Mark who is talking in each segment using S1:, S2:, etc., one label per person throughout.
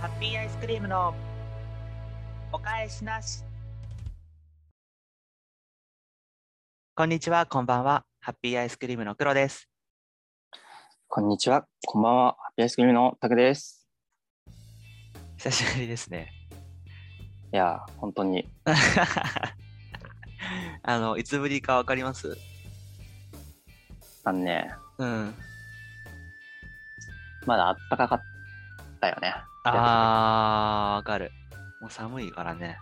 S1: ハッピーアイスクリームのお返しなし。こんにちは、こんばんは。ハッピーアイスクリームの黒です。
S2: こんにちは。こんばんは。ハッピーアイスクリームのタクです。
S1: 久しぶりですね。
S2: いやー、本当に。
S1: あの、いつぶりかわかります
S2: あのね、
S1: うん。
S2: まだあったかかったよね。
S1: あー、わかる。もう寒いからね。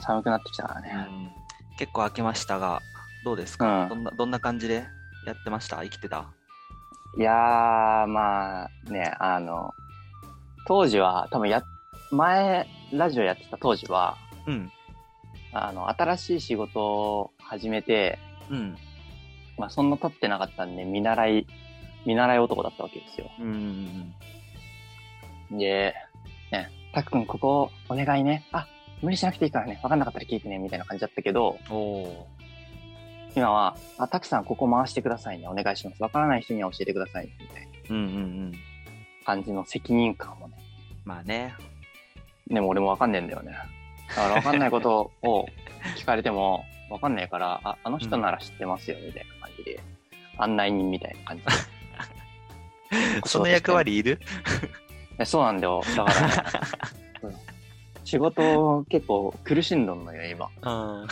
S2: 寒くなってきたから
S1: う
S2: ね。
S1: ん、結構明けましたが、どうです
S2: う
S1: か、
S2: ん
S1: ど。んなどんな感じでやってました生きてた
S2: いやー、まあね、あの、当時は、多分や、前、ラジオやってた当時は、
S1: うん。
S2: あの、新しい仕事を始めて、
S1: うん。
S2: まあそんな経ってなかったんで、見習い、見習い男だったわけですよ。
S1: うんうんうん。
S2: で、ね、たくくんここお願いね。あ、無理しなくていいからね。わかんなかったら聞いてね、みたいな感じだったけど、
S1: おお
S2: 今は、あ、たくさんここ回してくださいね。お願いします。わからない人には教えてください。みたいな
S1: ー。うんうんうん。
S2: 感じの責任感もね。
S1: まあね。
S2: でも俺もわかんねえんだよね。だからわかんないことを聞かれても、 わかんないから、あ、あの人なら知ってますよ、みたいな感じで。案内人みたいな感じで。
S1: その役割いる
S2: えそうなんだよ。 だからね、うん仕事結構苦しんどんのよ、今。
S1: うん。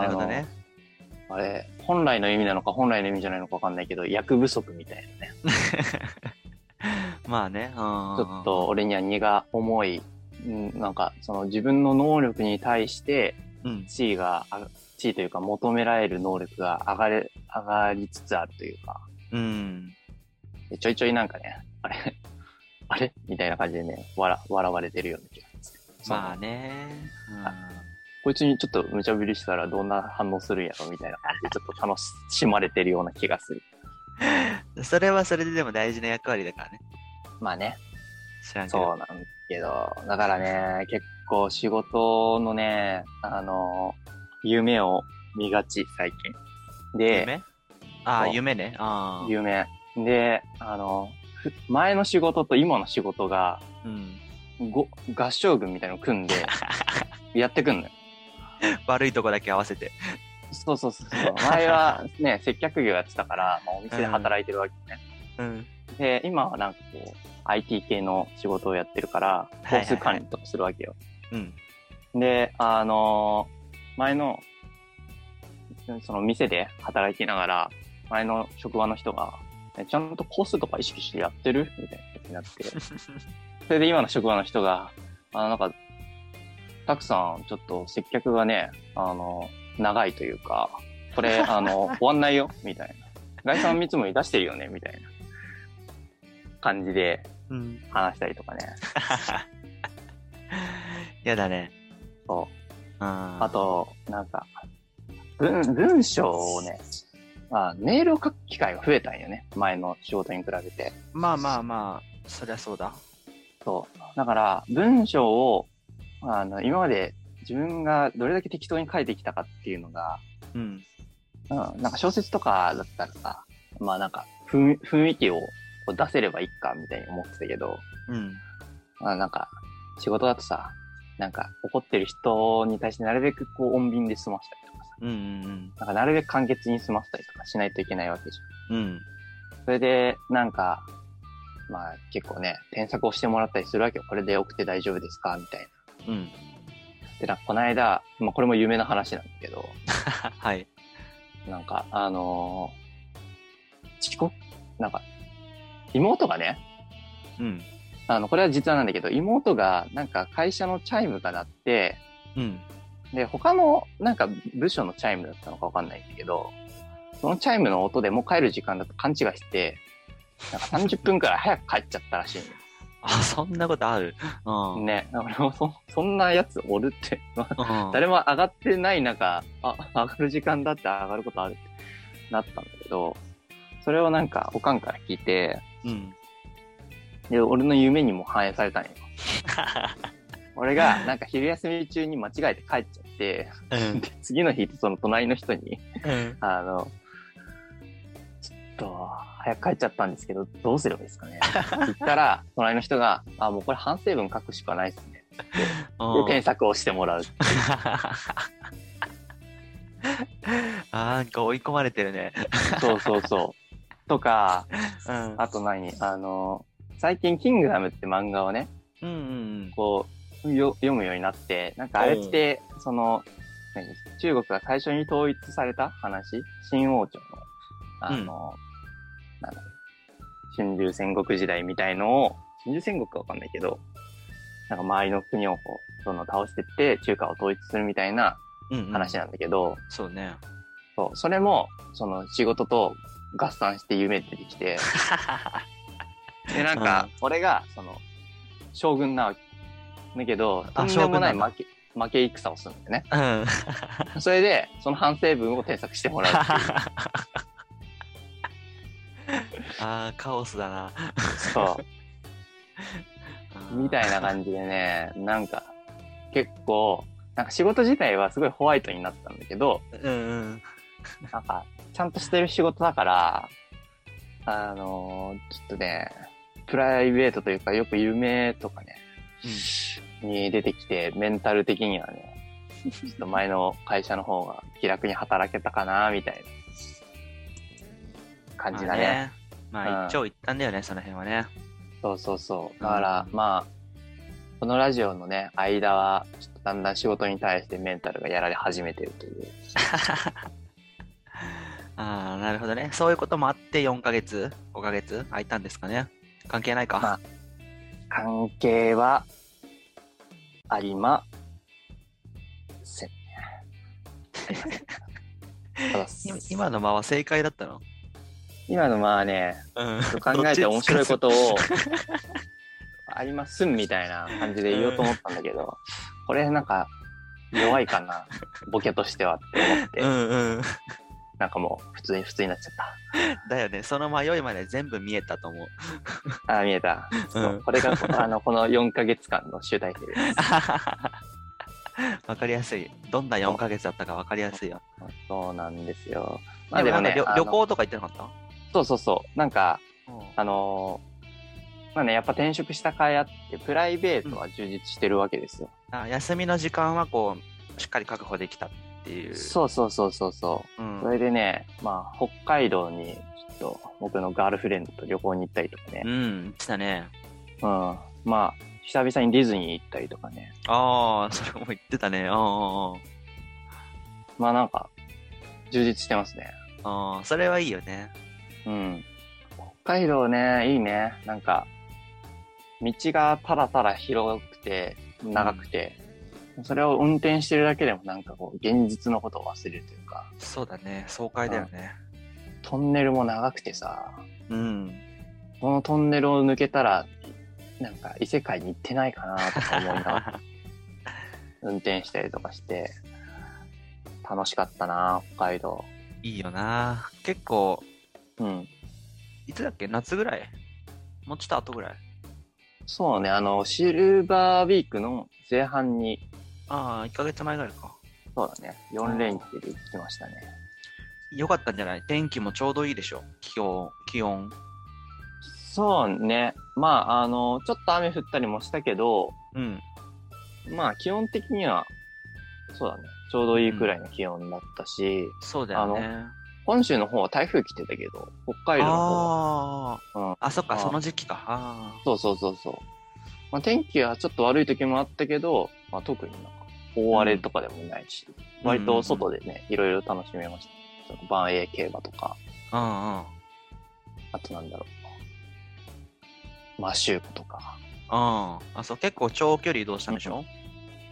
S1: な
S2: の
S1: るほどね。
S2: あれ、本来の意味なのか本来の意味じゃないのかわかんないけど、役不足みたいなね。
S1: まあね。ち
S2: ちょ
S1: ょ
S2: っ。と俺には荷が重い。うんなんか、その自分の能力に対して、
S1: うん。
S2: 地位があ、地位というか求められる能力が上がれ、上がりつつあるというか、
S1: うん。
S2: でちょいちょいなんかね、あれ、あれみたいな感じでね、笑、笑われてるような気がする。
S1: まあ
S2: その
S1: ね。
S2: こいつにちょっと無茶ぶりしたらどんな反応するんやろみたいな感じで、ちょっと楽しまれてるような気がする。
S1: うんそれはそれででも大事な役割だからね。
S2: まあね、
S1: 知らんけ
S2: そう
S1: ど。
S2: なんだけど、だからね、結構仕事のね、あの、夢を見がち、最近。で、
S1: 夢ああ、
S2: そう
S1: 夢ね。ああ。
S2: 夢で、あの、ふ前の仕事と今の仕事が、
S1: うん。
S2: ご合唱軍みたいなの組 んで、やってくんのよ。
S1: 悪いとこだけ合わせて。
S2: そうそうそう そう。前はね、接客業やってたから、まあ、お店で働いてるわけね。
S1: うん。
S2: で、今はなんかこう、IT 系の仕事をやってるから、
S1: はいはいは
S2: 交
S1: い
S2: 通管理とかするわけよ。
S1: うん。
S2: で、あのー前の、その店で働いていながら、前の職場の人が、えちゃんとコースとか意識してやってるみたいなことになって、それで今の職場の人が、あなんか、たくさん、ちょっと接客がね、あの、長いというか、これ、あの、終わんないよ、みたいな。概算見積もり出してるよね、みたいな感じで
S1: うん。
S2: 話したりとかね。
S1: やだね。
S2: そう。
S1: あ
S2: あ、と、なんか、文、文章をね、まあ、メールを書く機会が増えたんよね。前の仕事に比べて。
S1: まあまあまあ、そりゃそうだ。
S2: そう。だから、文章を、あの、今まで自分がどれだけ適当に書いてきたかっていうのが、
S1: うん。
S2: うん、なんか小説とかだったらさ、まあなんか雰、雰囲気をこう出せればいいか、みたいに思ってたけど、
S1: うん。
S2: まあなんか、仕事だとさ、なんか怒ってる人に対してなるべくこう、穏便で済ましたりとかさ、
S1: うんうん
S2: なんかなるべく簡潔に済ませたりとかしないといけないわけじゃ
S1: うん。うん。
S2: ん。それで、なんか、まあ結構ね、添削をしてもらったりするわけよ。これで送って大丈夫ですかみたいな。
S1: うん。
S2: で、なんかこの間、まあこれも夢の話なんだけど、
S1: はい。
S2: なんか、あのー、遅刻なんか、妹がね、
S1: うん。
S2: あの、これは実話なんだけど、妹が、なんか会社のチャイムが鳴って、
S1: うん。
S2: で、他の、なんか部署のチャイムだったのかわかんないんだけど、そのチャイムの音でもう帰る時間だと勘違いして、なんか30分くらい早く帰っちゃったらしいんだ
S1: あ、そんなことある。う
S2: よ
S1: ん。
S2: ね。俺もそ、そんなやつおるって。まあ
S1: うん
S2: 誰も上がってない中、あ、上がる時間だって上がることあるってなったんだけど、それをなんか、おかんから聞いて、
S1: うん。
S2: で、俺の夢にも反映されたんよ。俺が、なんか昼休み中に間違えて帰っちゃって、
S1: うん
S2: で 次の日、その隣の人に、
S1: うん。
S2: あの、ちょっと、早く帰っちゃったんですけど、どうすればいいで すかね。言ったら、隣の人が、あ、もうこれ反省文書くしかないですね。で
S1: うん
S2: 検索をしてもらう。
S1: あーなんか追い込まれてるね。
S2: そうそうそう。とか、
S1: うん。
S2: あと何あの、最近、キングダムって漫画をね、
S1: うんうん
S2: こう、よ読むようになって、なんかあれって、その、何中国が最初に統一された話新王朝の、あの、なんだ春秋戦国時代みたいのを、春秋戦国かわかんないけど、なんか周りの国をこう、どんどん倒してって、中華を統一するみたいな
S1: うん。うんうん
S2: 話なんだけど、
S1: そう ね。
S2: そう、それも、その仕事と合算して夢出てきて、で、なんか、俺が、その、将軍なわけ。だけど、と
S1: あ
S2: んでもない
S1: 将軍なんだ
S2: 負け、負け戦をするんだよ
S1: うん。
S2: ね。それで、その反省文を添削してもらうっていう。
S1: あーカオスだな。
S2: そ
S1: あ
S2: う。
S1: ー
S2: みたいな感じでね、なんか、結構、なんか仕事自体はすごいホワイトになったんだけど、
S1: うんうん。
S2: なんか、ちゃんとしてる仕事だから、あのーちょっとね、プライベートというか、よく夢とかね、に出てきて、メンタル的にはね、ちょっと前の会社の方が気楽に働けたかな、みたいな感じだね。
S1: まあね。ま
S2: うん
S1: あ一長一短だよね、その辺はね。
S2: そうそうそう。だから、まあ、このラジオのね、間は、ちょっとだんだん仕事に対してメンタルがやられ始めてるという。
S1: ああ、なるほどね。そういうこともあって4ヶ月、5ヶ月空いたんですかね。関係ないか。
S2: まあ関係は、ありま、せん。 ただ
S1: 今今の間は正解だったの
S2: 今のまあね、
S1: うん
S2: 考えて面白いことをありますんみたいな感じで言おうと思ったんだけど、これなんか弱いかな、ボケとしてはって思って、
S1: うんうん。
S2: なんかもう普通に普通になっちゃっ
S1: だよね。その迷いまで全部見えたと思う。
S2: た。あー見えた。そう
S1: うん
S2: これがあのこの4ヶ月間の集大成です。
S1: わかりやすい。どんな4ヶ月だったかわかりやすいよ。
S2: そうなんですよ。
S1: ま
S2: まあ
S1: あ
S2: で
S1: でも
S2: もね
S1: ね、、
S2: あの
S1: 旅行とか行ってなかっ
S2: そうそうそう。なんか、
S1: た
S2: あのーまあね、やっぱ転職した会あって、プライベートは充実してるわけですよ。
S1: あ休みの時間はこう、しっかり確保できたっていう。
S2: そうそうそうそうそう。
S1: うん。
S2: それでね、まあ、北海道に、ちょっと、僕のガールフレンドと旅行に行ったりとかね
S1: う。ん、したね。
S2: うん。まあ、久々にディズニー行ったりとかね。
S1: ああ、それも言ってたね。あ
S2: まあ、なんか、充実してますね。
S1: あ、ああ、それはいいよね。
S2: うん。北海道ね、いいね。なんか、道がたらたら広くて、長くて、それを運転してるだけでもなんかこう、現実のことを忘れるというか、
S1: そうだね。爽快だよね。
S2: トンネルも長くてさ、
S1: うん。
S2: このトンネルを抜けたら、なんか異世界に行ってないかなとか思いながら、運転したりとかして、楽しかったな、北海道。
S1: いいよな。結構、
S2: うん。
S1: いつだっけ夏ぐらいもうちょっと後ぐらい
S2: そうね、あの、シルバーウィークの前半に、
S1: ああ、1ヶ月前ぐらいか。
S2: そうだね、4連休で行きましたね。
S1: よかったんじゃない天気もちょうどいいでしょ気温、気温。
S2: そうね、まあ、あの、ちょっと雨降ったりもしたけど、
S1: うん。
S2: まあ、基本的には、そうだね、ちょうどいいくらいの気温だったし、
S1: そうだよね。
S2: 本州の方は台風来てたけど、北海道の方は
S1: ああ
S2: うん
S1: ー。あ、そっ
S2: あ
S1: か、
S2: ー
S1: その時期か。あ
S2: そうそうそうそう。まあ、天気はちょっと悪い時もあったけど、まあ、特になんか大荒れとかでもないし、
S1: うん
S2: 割と外でね、いろいろ楽しめました。その万栄競馬とか、
S1: あ。うんうん。
S2: あとなんだろう。マシューコとか。
S1: ああ。あ、そう、結構長距離移動したんでしょ、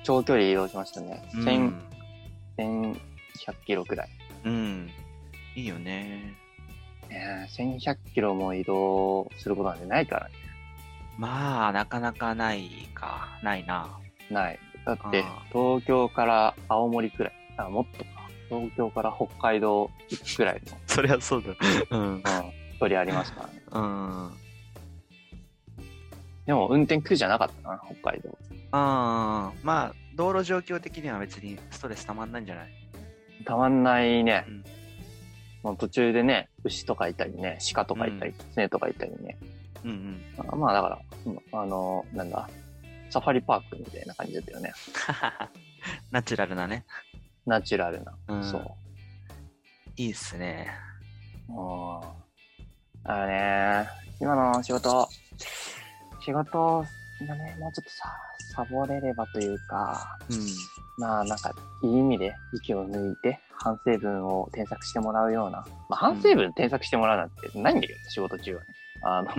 S2: 長距離移動しましたね。
S1: うん、
S2: 千千1100キロくらい。
S1: うん。いいよね。
S2: ねえ、1100キロも移動することなんてないからね。
S1: まあ、なかなかないか。ないな。
S2: ない。だって
S1: あ、
S2: 東京から青森くらい。あ、もっとか。東京から北海道行くくらいの、
S1: そりゃそうだ。うん。
S2: うん、距離ありますからね。
S1: うん。あ
S2: でも運転苦じゃなかったな、北海道。
S1: あ。まあ、道路状況的には別にストレスたまんないんじゃない
S2: たまんないね。
S1: うん
S2: もう途中でね、牛とかいたりね、鹿とかいたり、スネとかいたりね。
S1: うんうん。
S2: あまあだから、うんあの、なんだ、サファリパークみたいな感じだったよね。
S1: ナチュラルなね。
S2: ナチュラルな。
S1: うん
S2: そう。
S1: いいっすね。
S2: ああ。だね、今の仕事、仕事がね、もうちょっとさ、サボれればというか、
S1: うん。
S2: まあなんか、いい意味で息を抜いて、反省文を添削してもらうような。まあ反省文添削してもらうなんてないんだけど、仕事中はね。あの、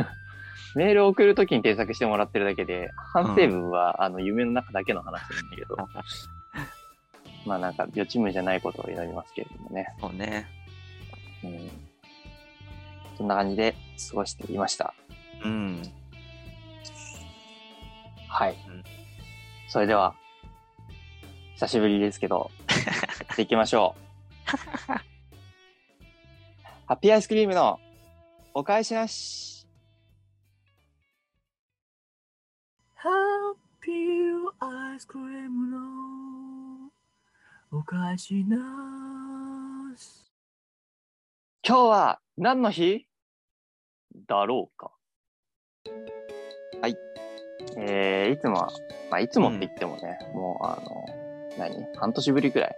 S2: メールを送るときに添削してもらってるだけで、反省文は、あの、夢の中だけの話なんだけど、まあなんか、予知夢じゃないことを祈りますけれどもね。
S1: そうね。
S2: うん。そんな感じで過ごしていました。
S1: うん。
S2: はい。
S1: うん
S2: それでは、久しぶりですけ ど、やっていきましょう。ハッピーアイスクリームのお返しなし。
S3: ハッピーアイスクリームのお返しなし。
S2: 今日は何の日だろうか。はい。えー、いつもは、まあ、いつもって言ってもね、もうあの、何半年ぶりくらい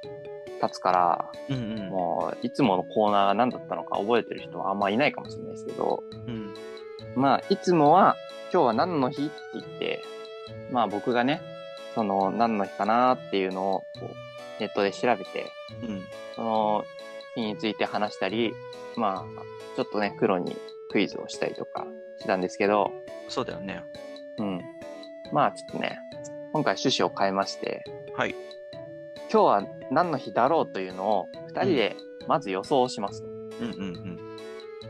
S2: 経つから、
S1: うんうん。
S2: もういつものコーナーが何だったのか覚えてる人はあんまいないかもしれないですけど、
S1: うん。
S2: まあ、いつもは、今日は何の日って言って、まあ僕がね、その何の日かなっていうのをこうネットで調べて、
S1: うん。
S2: その日について話したり、まあ、ちょっとね、黒にクイズをしたりとかしたんですけど、
S1: そうだよね。
S2: うん。まあ、ちょっとね、今回趣旨を変えまして、
S1: はい。
S2: 今日は何の日だろうというのを、二人でまず予想をします。
S1: うんうん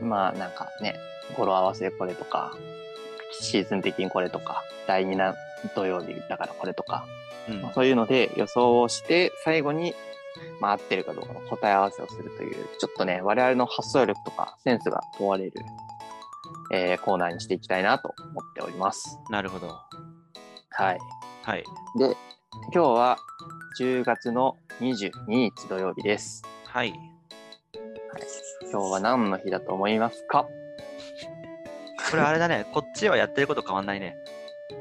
S1: うん。
S2: まあ、なんかね、語呂合わせでこれとか、シーズン的にこれとか、第2な土曜日だからこれとか、
S1: うん。
S2: そういうので予想をして、最後に、まあ、合ってるかどうかの答え合わせをするという、ちょっとね、我々の発想力とかセンスが問われる、えーコーナーにしていきたいなと思っております。
S1: なるほど。
S2: はい。
S1: はい。
S2: で、今日は10月の22日土曜日です。
S1: はい。
S2: 今日は何の日だと思いますか
S1: これあれだね。 こっちはやってること変わんないね。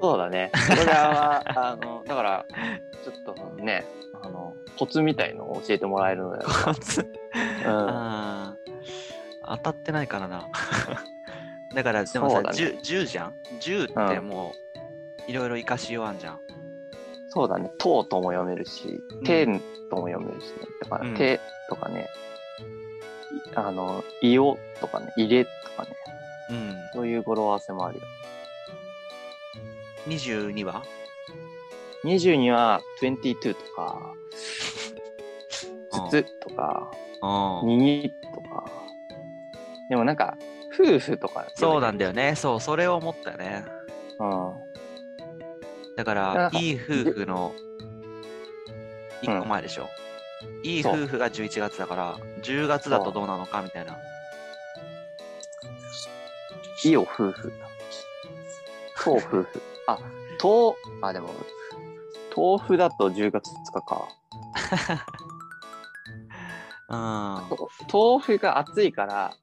S2: そうだね。これは、あ の、だから、ちょっとね、あの、コツみたいのを教えてもらえるので、
S1: こっち。
S2: うん、
S1: あー当たってないからな。 だから、でも
S2: そ
S1: さ、
S2: うだね
S1: 10, 10じゃん ?10 ってもう、いろいろ生かしようあんじゃん。
S2: そうだね。とうとも読めるし、
S1: ん
S2: てんとも読めるしね。だか
S1: うん
S2: ら、てとかね、いあの、いおとかね、いれとかね、
S1: うん。
S2: そういう語呂合わせもあるよ。
S1: 22は
S2: 22は22とか、つつとか、
S1: うん
S2: ににとか。でもなんか、夫婦とか、
S1: そうなんだ
S2: よ
S1: よね。そう、それを思ったよね。
S2: ね。うん。
S1: だか
S2: なん
S1: ら、
S2: か
S1: いい夫婦の1個前でしょ。いい
S2: そう
S1: 夫婦が11月だから、10月だとどうなのかみたいな。
S2: いお夫婦。と夫婦。あ、と、あ、でも、豆腐だと10月2日か。
S1: うん。
S2: と豆腐が暑いから、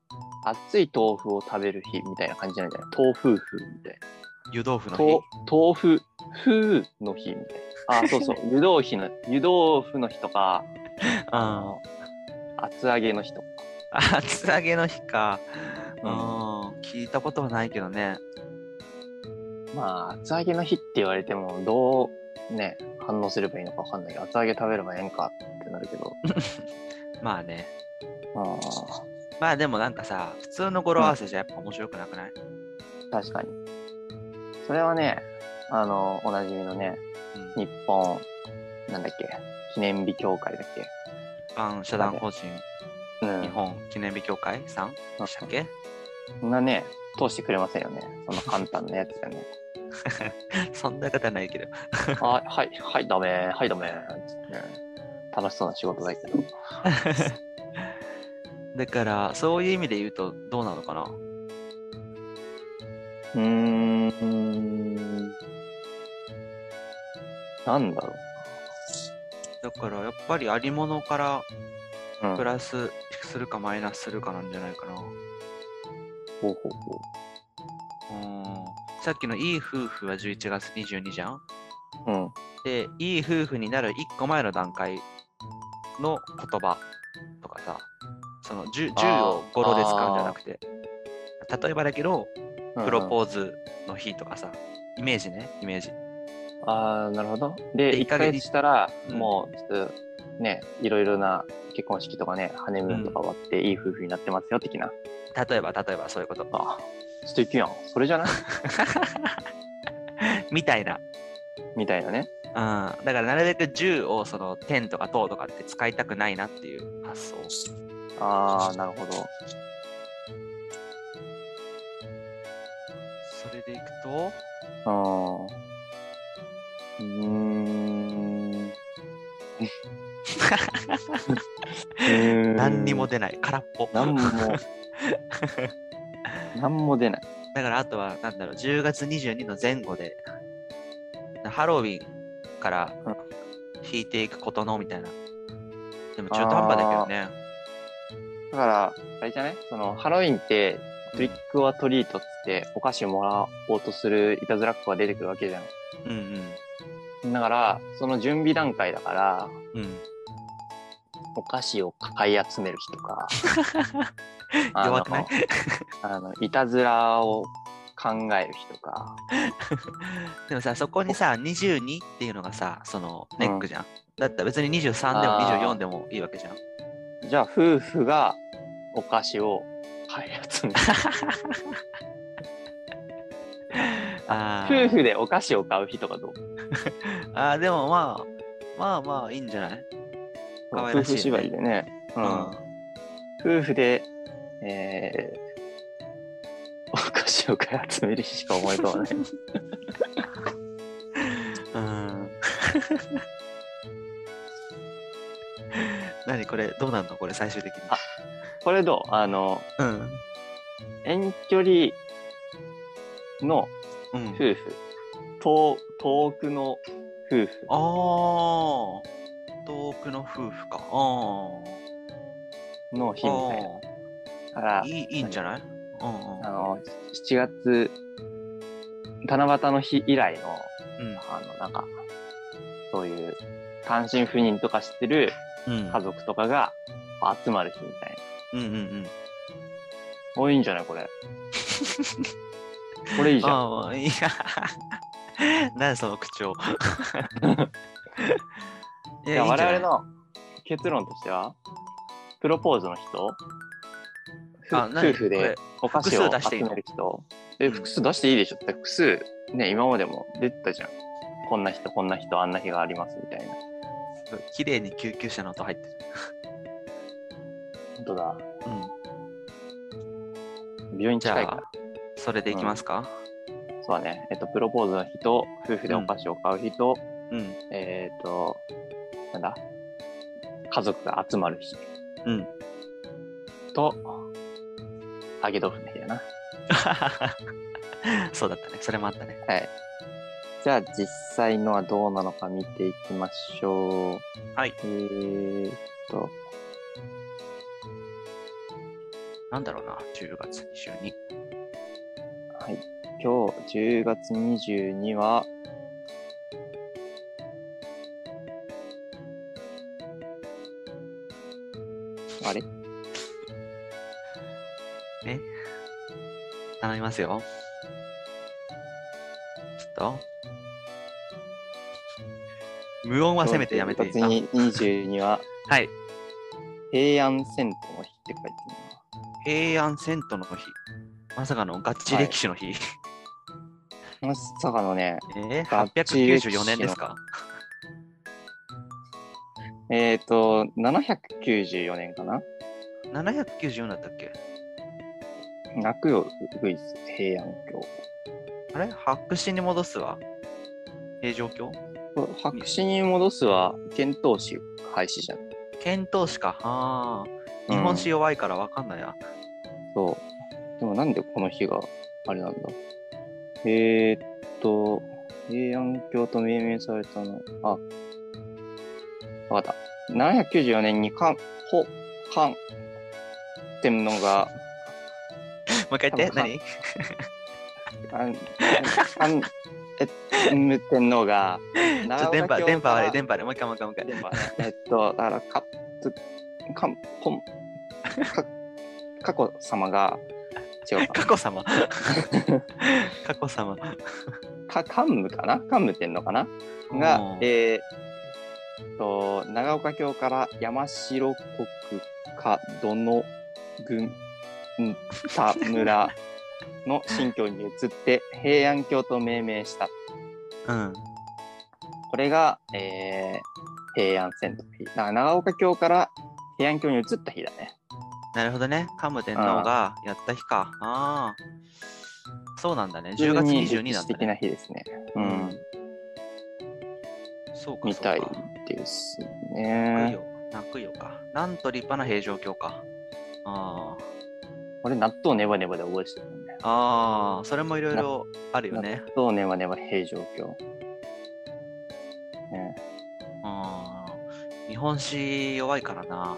S2: 暑い豆腐を食べる日みたいな感じなんじゃない豆腐風みたい
S1: 湯豆腐
S2: な。
S1: の日
S2: と。豆腐風の日みたいな。あ、そう そう。湯豆腐の、湯豆腐の日とか、
S1: うん。
S2: 厚揚げの日と か。
S1: 厚揚げの日か。う
S2: うんん、
S1: 聞いたことはないけどね。
S2: まあ、厚揚げの日って言われても、どうね、反応すればいいのかわかんないけど、厚揚げ食べればええんかってなるけど。
S1: まあね。
S2: あ
S1: まあでもなんかさ、普通の語呂合わせじゃやっぱ面白くなくない、
S2: あ、確かに。それはね、あの、おなじみのね、
S1: うん、一
S2: 日本、なんだっけ、記念日協会だっ
S1: 般社団法人
S2: け。うん。
S1: 日本記念日協会さんで
S2: なん
S1: した
S2: か
S1: っけ
S2: そんなね、通してくれませんよね。そんな簡単なやつだね。
S1: そんなことはないけど。
S2: あはい、はい、ダメ、はい、ダメ。つってね楽しそうな仕事だけど。
S1: だから、そういう意味で言うとどうなのかな
S2: うーん。なんだろ
S1: だからやっぱりありものから
S2: う。うん
S1: プラスすするかマイナスするかなんじゃないかな。う
S2: ほうほうほ
S1: ん。さっきのいい夫婦は11月22じゃん
S2: う。うん。
S1: で、いい夫婦になる1個前の段階の言葉とかさ、その10
S2: あー
S1: を語呂で使うんじゃなくて、例えばだけど、プロ
S2: ー
S1: ポーズの日とかさ、イメージね、イメージ。
S2: ああ、なるほど。
S1: で
S2: で、
S1: 一
S2: 一
S1: ヶ
S2: ヶ
S1: 月
S2: 月したら、
S1: うん
S2: もう、ちょっと、ね、いろいろな結婚式とかね、ハネムーンとか終わって、いい夫婦になってますよ、的な。
S1: 例えば、例えばそういうこと。
S2: あー素敵やん。それじ ゃない
S1: みたいな。
S2: みたいなね。
S1: うん。だから、なるべく10をその10とか10とかって使いたくないなっていう発想。
S2: ああ、なるほど。
S1: それでいくと、
S2: あーうー ん。う ーん
S1: 何にも出ない。空っぽ。
S2: 何も何も出ない
S1: だからあとは、なんだろう、10月22の前後で、ハロウィンから
S2: うん
S1: 引いていくことのみたいな。でも中途半端だけどね。
S2: だからあれじゃないそのハロウィンってトリックはトリートっつってお菓子もらおうとするいたずらっ子が出てくるわけじゃ
S1: うん
S2: んだからその準備段階だから
S1: うん。うん。
S2: お菓子を買い集める 人かあの
S1: 弱くない
S2: あのいたずらを考える人か
S1: でもさ、そこにさ、22っていうのがさ、そのネックじゃん。だったら別に23でも
S2: あー
S1: 24でもいいわけじゃん。
S2: じゃあ夫婦がお菓子を買い集 める
S1: あー
S2: 夫婦でお菓子を買う人かどう
S1: あー、でもまあ、まあまあいいんじゃない可愛
S2: 夫
S1: らしいね
S2: 婦縛りでね、う
S1: うん
S2: 夫婦で、えー、お菓子を買い集める日しか思い 浮かばない
S1: うん。何これどうなんのこれ最終的に。
S2: あこれどうあの
S1: うん。
S2: 遠距離の
S1: うん
S2: 夫婦遠遠くの夫婦
S1: ああ、遠くの夫婦か。あ
S2: の日みたいなだから
S1: あ、いいいいんじゃないうんうん
S2: あの7月七夕の日以来の
S1: うん
S2: あのなんかそういう単身赴任とかしてる
S1: うん
S2: 家族とかが集まる日みたいな。
S1: うんうんうん。
S2: お、いいんじゃないこれ。これいいじゃん。
S1: ああ、い や、何その口調。い
S2: い
S1: や、い
S2: や
S1: いんじゃな
S2: 我
S1: い
S2: 々の結論としては、プロポーズの人、ふ
S1: あ何
S2: 夫婦
S1: これ
S2: でお菓子
S1: 複
S2: を
S1: 数出していい
S2: 集
S1: の
S2: める人。え、複数出していいでしょだって複数、ね、今までも出てたじゃん。こんな人、こんな人、あんな日がありますみたいな。
S1: 綺麗に救急車の音入ってる。
S2: 本当だ。
S1: うん。
S2: 病院
S1: じ
S2: 近い
S1: ゃ
S2: から
S1: あ。、それでいきますか。
S2: そうだね。えっと、プロポーズの人、夫婦でお菓子を買う人、
S1: うん。
S2: えっと、なんだ家族が集まる日。
S1: うん。
S2: と、揚げ豆腐の日だな。
S1: そうだったね。それもあったね。
S2: はい。じゃあ実際のはどうなのか見ていきましょう。
S1: はい。
S2: えーっと、
S1: なんだろうな、10月22。
S2: はい。今日10月22は、あれ
S1: 頼みますよ。ちょっと。無音はせめてやめて。あ
S2: 10月22は、
S1: はい。
S2: 平安銭湯の日って書いてるな。
S1: 平安遷都の日。まさかのガチ歴史の日。
S2: まさかのね、
S1: えー、
S2: ガチ歴史の
S1: 894年ですか
S2: えーっと、794年かな
S1: ?794 だったっけ
S2: 泣くよ、ウグイス、平安京。
S1: あれ白紙に戻すわ。平城京
S2: 白紙に戻すは、遣唐使廃止じゃん。
S1: 遣唐使か。あー日本史弱いからわかんないや。
S2: うんそう。でもなんでこの日があれなんだえー、っと、平安京と命名されたの。あ、わかった。794年に漢、ほ、漢、ってんのが、
S1: う一回言って、
S2: 多
S1: 何
S2: 分あん、あん、え、むってんのが、
S1: ちょっと電波、電波悪い、電波悪い。もう一回、もう一回、もう一回。
S2: 電波ねえっと、だから、か、つ、かん、ぽん、か、過去様が、違うか
S1: 佳子 様。佳子様。
S2: か、幹部かな幹部ってんのかなが
S1: お、ー
S2: えーっと、長岡京から山城国か殿郡田村の新京に移って平安京と命名した。
S1: うん。
S2: これが、えー平安遷都の日。だから長岡京から平安京に移った日だね。
S1: なるほどね。桓武天皇がやった日か。ああ。そうなんだね。10月22
S2: 日
S1: 日なんだ、
S2: 的な
S1: ね。
S2: 日ですね。うん。
S1: そうかそうか。
S2: みたいです
S1: 泣く
S2: ね。
S1: よ。泣くよか。なんと立派な平城京か。あ
S2: 俺、納豆ネバネバで覚えてたもんね。
S1: あ。ああ、それもいろいろあるよね。
S2: 納豆ネバネバ平城京。ね
S1: あー日本史弱いからな。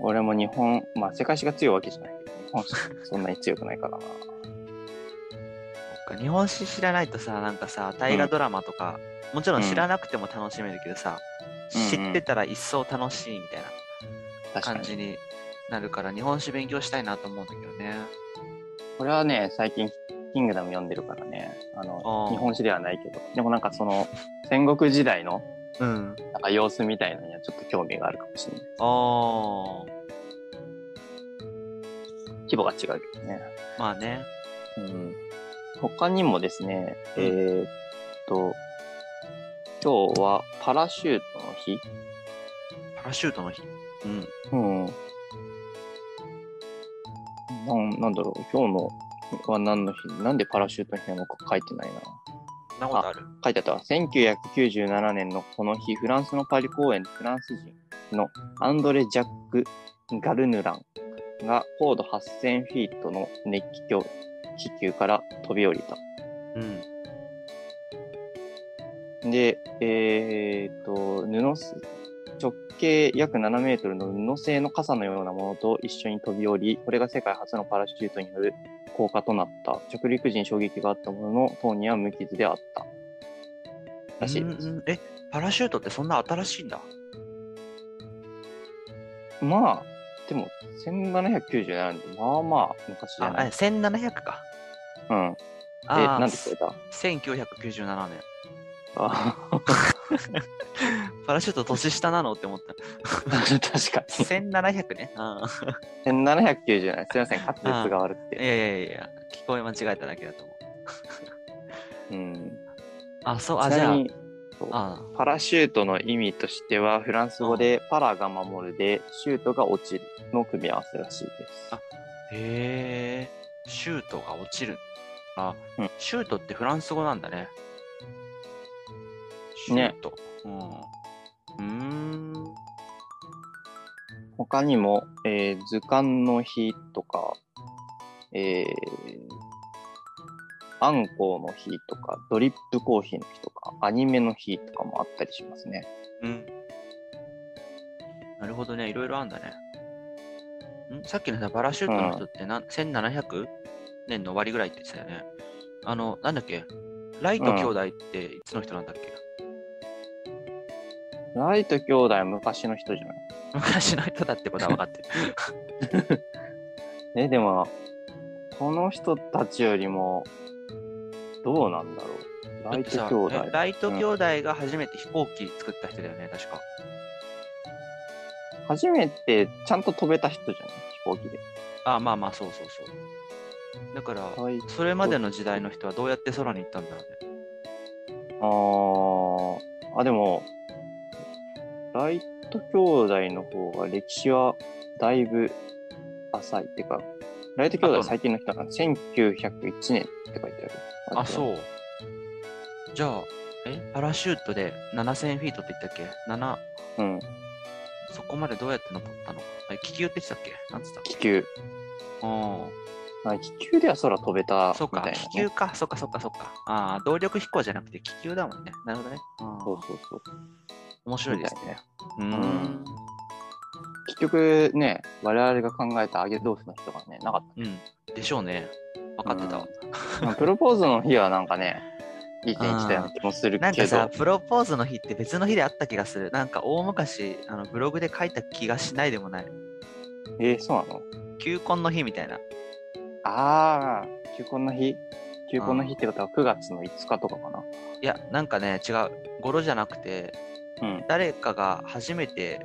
S2: 俺も日本、まあ世界史が強いわけじゃないけど、日本史そんなに強くないからな。
S1: そっか日本史知らないとさ、なんかさ、大河ドラマとか、もちろん知らなくても楽しめるけどさ、
S2: う
S1: 知
S2: ん
S1: ってたら一層楽しいみたいな
S2: 確か
S1: 感
S2: に。
S1: じになるから、日本史勉強したいなと思うんだけどね。
S2: これはね、最近、キングダム読んでるからね、あの
S1: あ、ー
S2: 日本史ではないけど、でもなんかその、戦国時代の、
S1: うん。
S2: なんか様子みたいのにはちょっと興味があるかもしれない。
S1: ああ。
S2: 規模が違うけどね。
S1: まあね。
S2: うん。他にもですね、
S1: う
S2: え
S1: ん
S2: ーっと、今日はパラシュートの日
S1: パラシュートの日。うん。
S2: うん。なんなんだろう、今日のは何の日なんでパラシュートの日なのか書いてないな。
S1: そんなことある。
S2: 書いてあったわ。1997年のこの日、フランスのパリ公演でフランス人のアンドレ・ジャック・ガルヌランが高度8000フィートの熱気球気球から飛び降りた。
S1: うん。
S2: で、えーっと、布す、直径約7メートルの布製の傘のようなものと一緒に飛び降り、これが世界初のパラシュートによる降下となった。着陸時に衝撃があったものの、当には無傷であった。らしいです。
S1: うんうんえ、パラシュートってそんな新しいんだ。
S2: まあ、でも、1797年で、まあまあ、昔じ
S1: あ
S2: ゃ、ない。
S1: 1700か。
S2: うん。え、
S1: あー
S2: なんでくれた
S1: 1997年。
S2: あ
S1: パラシュート年下なのって思った。
S2: ー 確かに。
S1: 1700ね。う
S2: 1797年。すいません、滑舌が悪く
S1: ん。い
S2: て。
S1: やいやいやいや、聞こえ間違えただけだと思う。
S2: うん。
S1: あ、そう、
S2: ち
S1: あ、じゃ
S2: なみに、そう
S1: あ、あ
S2: パラシュートの意味としては、フランス語でパラが守るで、シュートが落ちるの組み合わせらしいです。
S1: あへえ、シュートが落ちる。あ、
S2: うん
S1: シュートってフランス語なんだね。シュ
S2: ね
S1: ート。うん。うーん。
S2: 他にも、えー図鑑の日とか、えー、あんこうの日とか、ドリップコーヒーの日とか、アニメの日とかもあったりしますね。
S1: うん。なるほどね、いろいろあんだね。んさっきのさ、パラシュートの人ってな、1700年の終わりぐらいって言ってたよね。あの、なんだっけライト兄弟っていつの人なんだっけ、
S2: ライト兄弟は昔の人じゃない
S1: 昔の人だってことは分かってる。
S2: え、でも、この人たちよりも、どうなんだろう。ライト兄
S1: だって
S2: 弟
S1: さ。ライト兄弟が初めて飛行機作った人だよね、確か。
S2: 初めてちゃんと飛べた人じゃない飛行機で。
S1: あまあまあ、そうそうそう。だから、
S2: はい。
S1: それまでの時代の人はどうやって空に行ったんだろうね。
S2: あーあ、でも、ライト兄弟の方が歴史はだいぶ浅い。ってか、ライト兄弟最近の人だから1901年って書いてある。
S1: あ、
S2: う。
S1: そう。じゃあ、えパラシュートで7000フィートって言ったっけ ?7、
S2: うん。
S1: そこまでどうやって登ったのあれ気球って言ってたっけなんつったっけ
S2: 気球。
S1: う
S2: あ気球では空飛べた
S1: ん。そう
S2: み
S1: か
S2: たいな、ね。、
S1: 気球か、そっかそっかそっか。ああ、動力飛行じゃなくて気球だもんね。なるほどね。
S2: そうそうそう。
S1: 面白いですね。うー
S2: いなね
S1: ん。
S2: 結局ね、我々が考えた揚げ豆腐の日とかね、なかっ
S1: うん。でしょうね。分かってたわ。
S2: た。まあプロポーズの日はなんかね、いい日にしたような気もする
S1: なん
S2: け
S1: かさ
S2: ど、、
S1: プロポーズの日って別の日であった気がする。なんか大昔、あのブログで書いた気がしないでもない。
S2: えー、そうなの
S1: 求婚の日みたいな。
S2: ああ、休婚の日休婚の日ってことは9月の5日とかかな。
S1: いや、なんかね、違う。語呂じゃなくて、
S2: うん。
S1: 誰かが初めて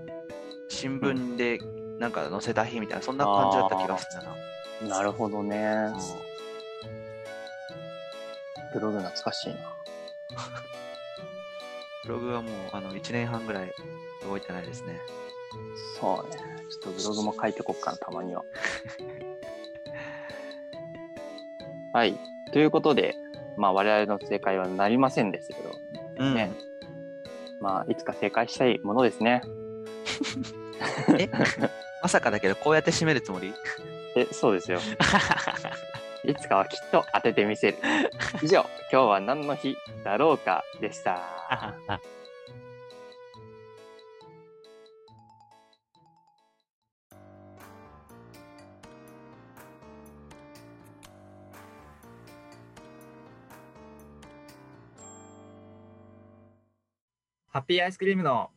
S1: 新聞でなんか載せた日みたいな、そんな感じだった気がするな。
S2: なるほどね
S1: うん。
S2: ブログ懐かしいな。
S1: ブログはもうあの1年半ぐらい動いてないですね。
S2: そうね。ちょっとブログも書いてこっかな、たまに は。はい。ということで、まあ我々の正解はなりませんですけど、
S1: うん
S2: ねまあいつか正解したいものですね。
S1: え まさかだけど、こうやって締めるつ もり
S2: え、そうです よ。いつかはきっと当ててみせる。以上、今日は何の日だろうかでした。
S3: ハッピーアイスクリームの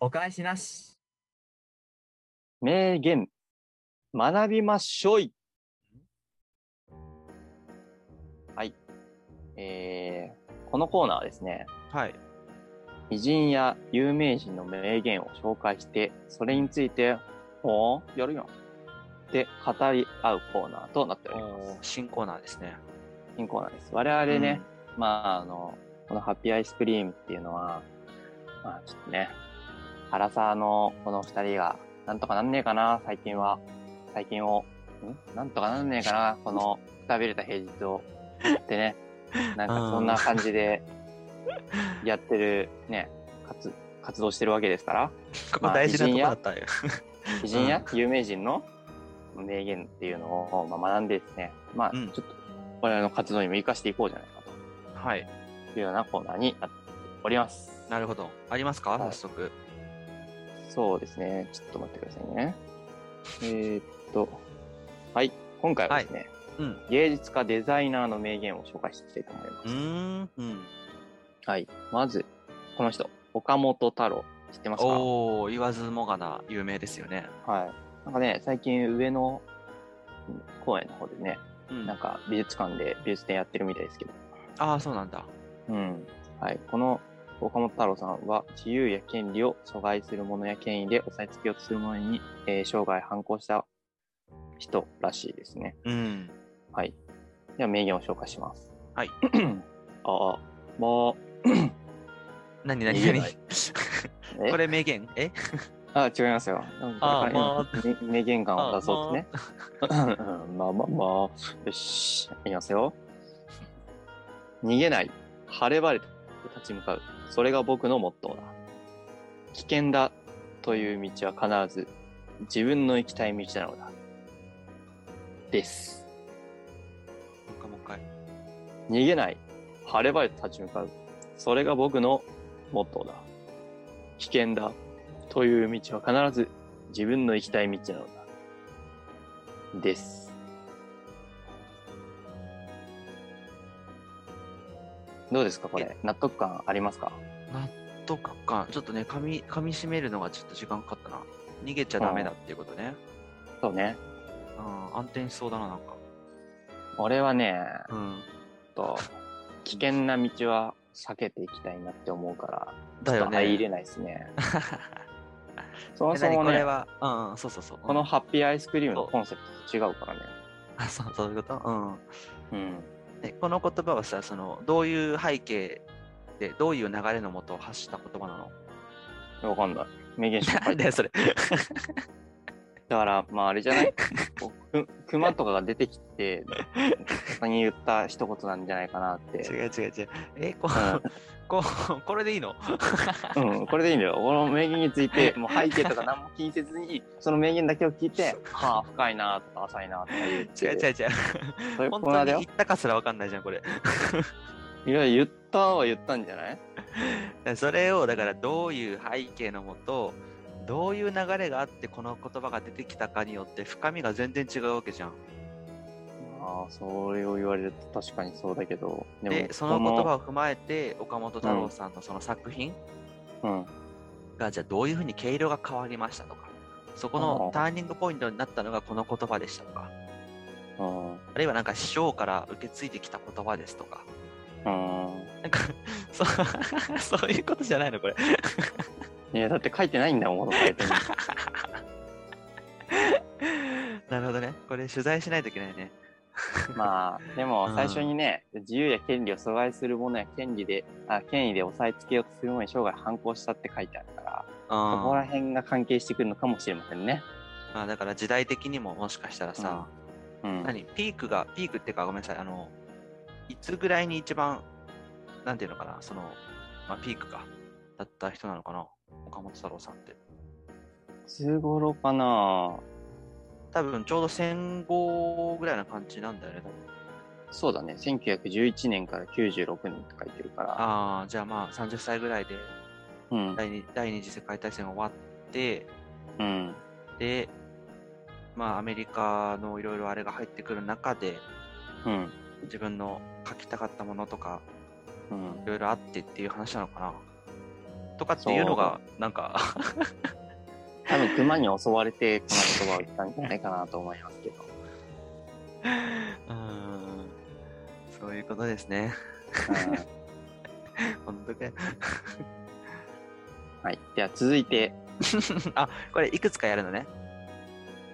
S3: お返しなし。
S2: 名言、学びましょい。はい。えー、このコーナーはですね、
S1: はい。
S2: 偉人や有名人の名言を紹介して、それについて、ほーやるやん。で、語り合うコーナーとなっております。
S1: 新コーナーですね。
S2: 新コーナーです。我々ね、まあ、あの、このハッピーアイスクリームっていうのは、まあ、ちょっとね、原沢のこの二人が、なんとかなんねえかな、最近は。最近を、んなんとかなんねえかな、この、くたびれた平日を。っ てね、なんかそんな感じで、やってる、ね、活、活動してるわけですから、
S1: ここ大事なとこだったよ。
S2: 偉人や有名人の名言っていうのを、まあ、学んでですね、まあ、
S1: う
S2: ちょ
S1: ん
S2: っと、我々の活動にも活かしていこうじゃないかと。
S1: はい。
S2: というようなコーナーになっております。
S1: なるほど。ありますか、
S2: はい
S1: 早速。
S2: そうですね。ちょっと待ってくださいね。えーっと、はい。今回はですね、
S1: うん。
S2: 芸術家デザイナーの名言を紹介していきたいと思いま
S1: うーん。うん。
S2: す。はい。まず、この人、岡本太郎。知ってますかは
S1: おお、言わずもがな、有名ですよね。
S2: い。なんかね、最近上野公園の方でね、
S1: うん。
S2: なんか美術館で美術展やってるみたいですけど。
S1: ああ、そうなんだ。
S2: うん。はい。この岡本太郎さんは、自由や権利を阻害する者や権威で押さえつけようとする者に、えー生涯反抗した人らしいですね。
S1: うん。
S2: はい。では、名言を紹介します。
S1: はい。
S2: ああ、も
S1: なになにな
S2: 言え
S1: に
S2: ないう、
S1: これ名言え
S2: あ違いますよ。なん
S1: あ
S2: かこれからね名言感を出そうですね。うんまあまあまあ。よし、いきますよ。逃げない。晴れ晴れと立ち向かう。それが僕のモットーだ。危険だという道は必ず自分の行きたい道なのだ。です。
S1: もう一回もう一回。
S2: 逃げない。晴れ晴れと立ち向かう。それが僕のモットーだ。危険だという道は必ず自分の行きたい道なのだ。です。どうですかこれ。納得感ありますか
S1: どっか、ちょっとね、噛み、噛み締めるのがちょっと時間かかったな。逃げちゃダメだっていうことね。
S2: そうね。
S1: うん、暗転しそうだな、なんか。
S2: 俺はね、
S1: うん。
S2: と危険な道は避けていきたいなって思うから、
S1: だ
S2: ちょ
S1: よ
S2: っと
S1: ね。
S2: 入 れないですね。そも
S1: え
S2: そ
S1: 何
S2: も
S1: これ
S2: ね、
S1: は、うんうん、そうそうそう。
S2: この
S1: うん、
S2: ハッピーアイスクリームのコンセプトと違うからね。
S1: あ そう、そういうことうん。
S2: うん。
S1: えこの言葉はさ、その、どういう背景で、どういう流れのもとを発した言葉なの
S2: わかんない。名言紹
S1: なん
S2: 介。
S1: だよ、それ。
S2: だから、まああれじ ゃないこうく熊とかが出てきて、他に言った一言なんじゃないかなって。
S1: 違う違う違う。え、こ
S2: うん
S1: う、こう、 これでいいの
S2: うん、これでいいんだよ。この名言について、もう背景とか何も気にせずに、その名言だけを聞いて、はあ、深いなとか浅いなとか言って。
S1: 違う違う違。
S2: そういううコ
S1: 本当
S2: ーナーだ
S1: に
S2: よ
S1: 言。ったかすらわかんないじゃん、これ。
S2: いや、言ったは言ったんじゃない
S1: それをだからどういう背景のもとどういう流れがあってこの言葉が出てきたかによって深みが全然違うわけじゃん。
S2: ああ、それを言われると確かにそうだけど。で
S1: で、その言葉を踏まえて岡本太郎さんのその作品
S2: この
S1: がじゃあどういうふうに毛色が変わりましたとか、そこのターニングポイントになったのがこの言葉でしたとか、
S2: うん。うん。
S1: あるいはなんか師匠から受け継いできた言葉ですとか、
S2: うん。
S1: なんかそうそう いうことじゃないのこれ。
S2: いや、だって書いてないんだもん、このサイトに。
S1: なるほどね。これ取材しないといけないね。
S2: まあ、で
S1: うん
S2: も最初にね、自由や権利を阻害するものや権利で、あ、権威で押さえつけようとするものに生涯反抗したって書いてあるから、そこら
S1: あ
S2: 辺が関係してくるのかもしれませんね。
S1: まあ、だから時代的にももしかしたらさ、
S2: うん。
S1: 何ピークが、ピークってかごめんなさい、あの、いつぐらいに一番、なんていうのかな、その、まあ、ピークか、だった人なのかな、岡本太郎さんって。
S2: いつ頃かな
S1: 多分ちょうど戦後ぐらいな感じなんだよね、多分。
S2: そうだね、1911年から96年って書いてるから、
S1: ああ、じゃあまあ30歳ぐらいで
S2: うん。
S1: 第二第二次世界大戦が終わって、
S2: うん。
S1: で、まあアメリカのいろいろあれが入ってくる中で、
S2: うん。
S1: 自分の書きたかったものとか、
S2: うん
S1: い。ろいろあってっていう話なのかな。とかっていうのが、なんか、
S2: 多分熊に襲われて、この言葉を言ったんじゃないかなと思いますけど。
S1: うーんそういうことですね。 本当かよ
S2: うん、はい。では続いて、
S1: あ、これいくつかやるのね。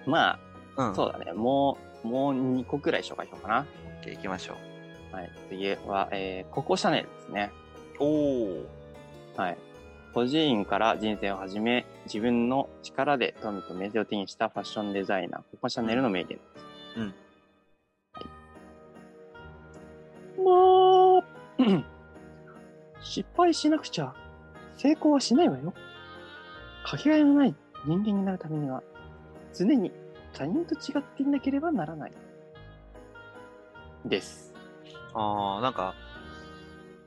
S2: ま
S1: う
S2: あ、
S1: ん。。
S2: そううだね、もう、もう2個くらい紹介しようかな。
S1: 行きましょう。
S2: はい、次は、えー、ココシャネルですね。
S1: おお。
S2: はい。個人から人生を始め、自分の力で富と名声を手にしたファッションデザイナー、ココシャネルの名言です。
S1: うん。
S2: もう、 失敗しなくちゃ、成功はしないわよ。かけがえのない人間になるためには、常に他人と違っていなければならない。です。
S1: ああ、なんか、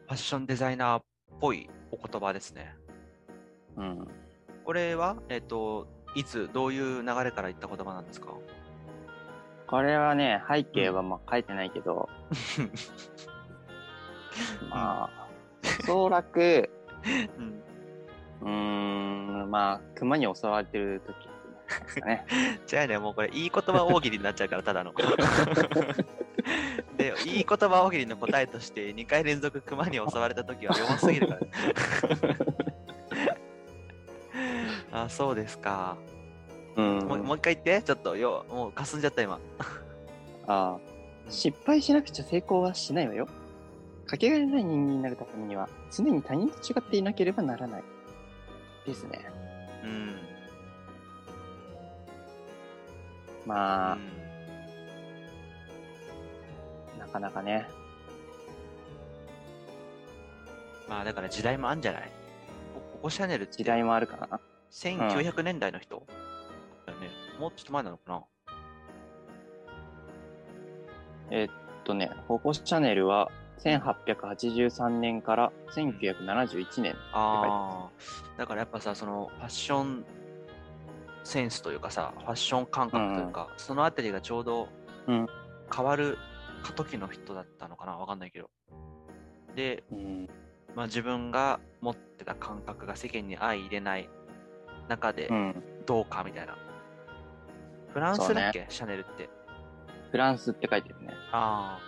S1: ファッションデザイナーっぽいお言葉ですね。
S2: うん。
S1: これは、えっ、と、いつ、どういう流れから言った言葉なんですか
S2: これはね、背景はまあ書いてない けど、まあ、おそらく、
S1: うん。
S2: うーん、まあ、熊に襲われてる時ですかね。
S1: 違うね、もうこれ、いい言葉大喜利になっちゃうから、ただの。で、いい言葉大喜利の答えとして、2回連続熊に襲われた時は弱すぎるから、 ね。あ、そうですか。
S2: うん。
S1: もうもう一回言って、ちょっと、ようもうかすんじゃった、今。
S2: ああ失敗しなくちゃ成功はしないわよ。かけがえのない人間になるためには、常に他人と違っていなければならない。ですね。
S1: うん。
S2: まあ、
S1: うん
S2: なかなかね。
S1: まあ、だから時代もあんじゃないこここシャネルって
S2: 時代もあるかな。
S1: 1900年代の人、だよね。もうちょっと前なのかな
S2: えっとね、ココシャネルは、1883年から1971年。
S1: ああ、だからやっぱさ、そのファッションセンスというかさ、ファッション感覚というか、そのあたりがちょうど
S2: うん
S1: 変わる過渡期の人だったのかな、わかんないけど。で、
S2: うん。
S1: まあ、自分が持ってた感覚が世間に相入れない中で
S2: うん。
S1: どうかみたいな。フランスだっけ、シャネルって。
S2: フランスって書いてるね。
S1: あ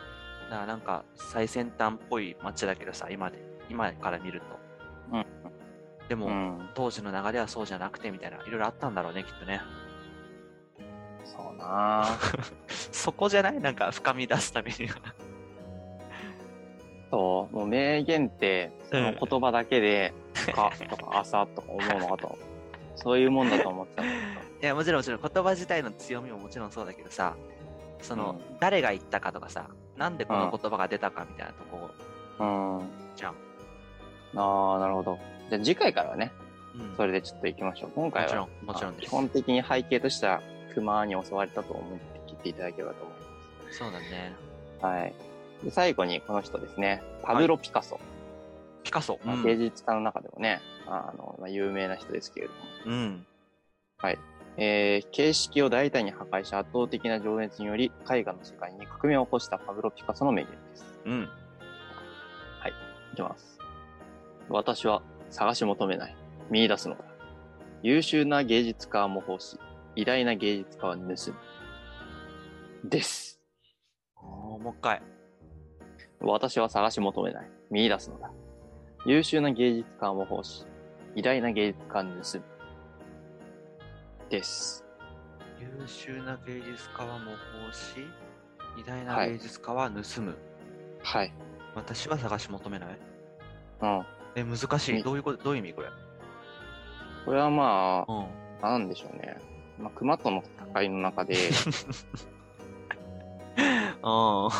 S1: あ、だからなんか最先端っぽい街だけどさ、今で、今から見ると。
S2: うん
S1: でも、
S2: ん。
S1: 当時の流れはそうじゃなくてみたいないろいろあったんだろうねきっとね
S2: そうなあ
S1: そこじゃないなんか深み出すためには
S2: そう、もう名言って、その言葉だ けで、かとか朝とか思うのかと。そういうもんだと思ってたん だ
S1: いやもちろんもちろん言葉自体の強みももちろんそうだけどさその、
S2: う
S1: 誰が言ったかとかさなんでこの言葉が出たかみたいなとこ
S2: けど。うん。
S1: じゃん、
S2: ああ、なるほど。じゃあ次回からはね、
S1: うん、
S2: それでちょっと行きましょう。今回
S1: もちろ
S2: は
S1: ん、もちろん
S2: まあ
S1: で
S2: 基
S1: す
S2: 本的に背景としては、熊に襲われたと思って聞いていただければと思いま
S1: そうだね
S2: す。はい。で最後にこの人ですね、パブロ・ピカソ。
S1: ピカソう
S2: まあ
S1: ん、
S2: 芸術家の中でもね、あの、まあ、有名な人ですけれども、
S1: うん
S2: えー形式を大胆に破壊し圧倒的な情熱により絵画の世界に革命を起こしたパブロ・ピカソの名言です。
S1: うん。
S2: いきます。私は探し求めない。見出すのだ。優秀な芸術家は模倣し、偉大な芸術家は盗む。です。
S1: おーもう一回。
S2: 私は探し求めない。見出すのだ。優秀な芸術家は模倣し、偉大な芸術家は盗む。です。
S1: 優秀な芸術家は模倣し、偉大
S2: は
S1: ない芸術家は盗む。
S2: はい。
S1: 私は探し求めない。
S2: うん。
S1: え、難し
S2: うん
S1: い。どういうこと、どういう意味これ。
S2: これはま
S1: うん。
S2: あ、なんでしょうね。まあ、熊との戦いの 中で、
S1: あ
S2: うんまあ、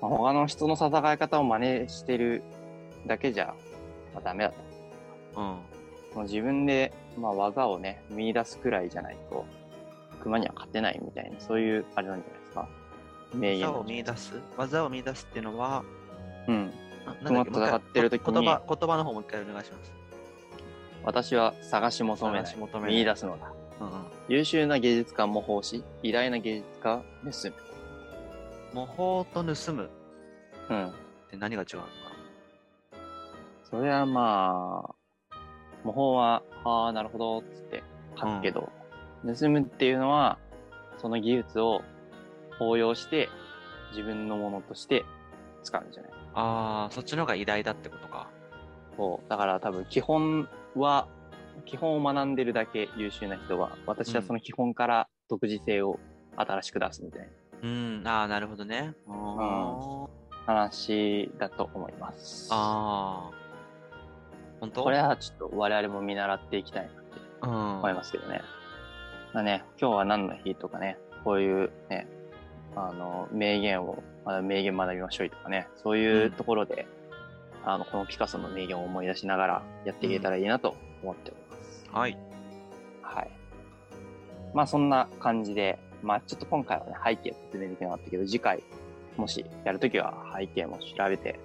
S2: 他の人の戦い方を真似してるだけじゃ、まあ、ダメだと。
S1: あ。うん。
S2: もう自分で、まあ、技をね、見出すくらいじゃないと、熊には勝てないみたいな、そういう、あれなんじゃないですか。名言
S1: 技
S2: だ
S1: を見出す技を見出すっていうのは、
S2: うん。
S1: あなんだっけ
S2: 熊と戦ってる時に
S1: もう一回こ言葉、言葉の方もう一回お願いします。
S2: 私は探し求めな
S1: 探
S2: い
S1: し。求めない
S2: 見出すのだ。
S1: うんうん。
S2: 優秀な芸術家模倣し、偉大な芸術家を盗む。
S1: 模倣と盗む
S2: うん。
S1: って何が違うのか
S2: それはまあ、模倣は、ああ、なるほど、つって書くけど、盗むっていうのは、その技術を応用して、自分のものとして使うんじゃない
S1: なああ、そっちの方が偉大だってことか。
S2: そう。だから多分、基本は、基本を学んでるだけ優秀な人は、私はその基本から独自性を新しく出すみたい
S1: うん、ああ、なるほどね。あー
S2: な話だと思います。
S1: あー。本当
S2: これはちょっと我々も見習っていきたいなって
S1: うん
S2: 思い。ますけどね。まあね、今日は何の日とかね、こういうね、あの、名言を、まだ名言学びましょうとかね、そういうところで、あの、このピカソの名言を思い出しながらやっていけたらいいなと思っております。
S1: はい。
S2: はい。まあそんな感じで、まあちょっと今回はね、背景説明できなかったけど、次回、もしやるときは背景も調べて、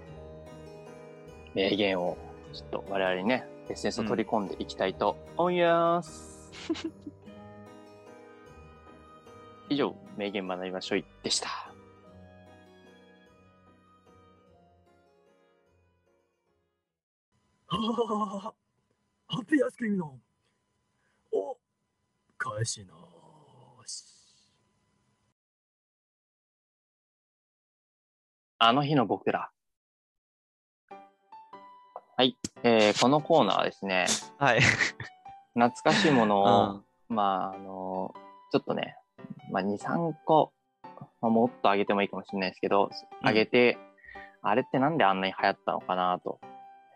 S2: 名言をちょっと我々にね、エッセンスを取り込んでいきたいと思います。以上、名言学びましょういでした。
S3: はははハッピーアイスクリームのお返しなし。
S2: あの日の僕ら。はい。えーこのコーナーはですね、
S1: はい。
S2: 懐かしいものを、
S1: うん
S2: まあ、あの、ちょっとね、まあ、2、3個、まあ、もっと上げてもいいかもしれないですけど、
S1: うん
S2: 上げて、あれってなんであんなに流行ったのかなと、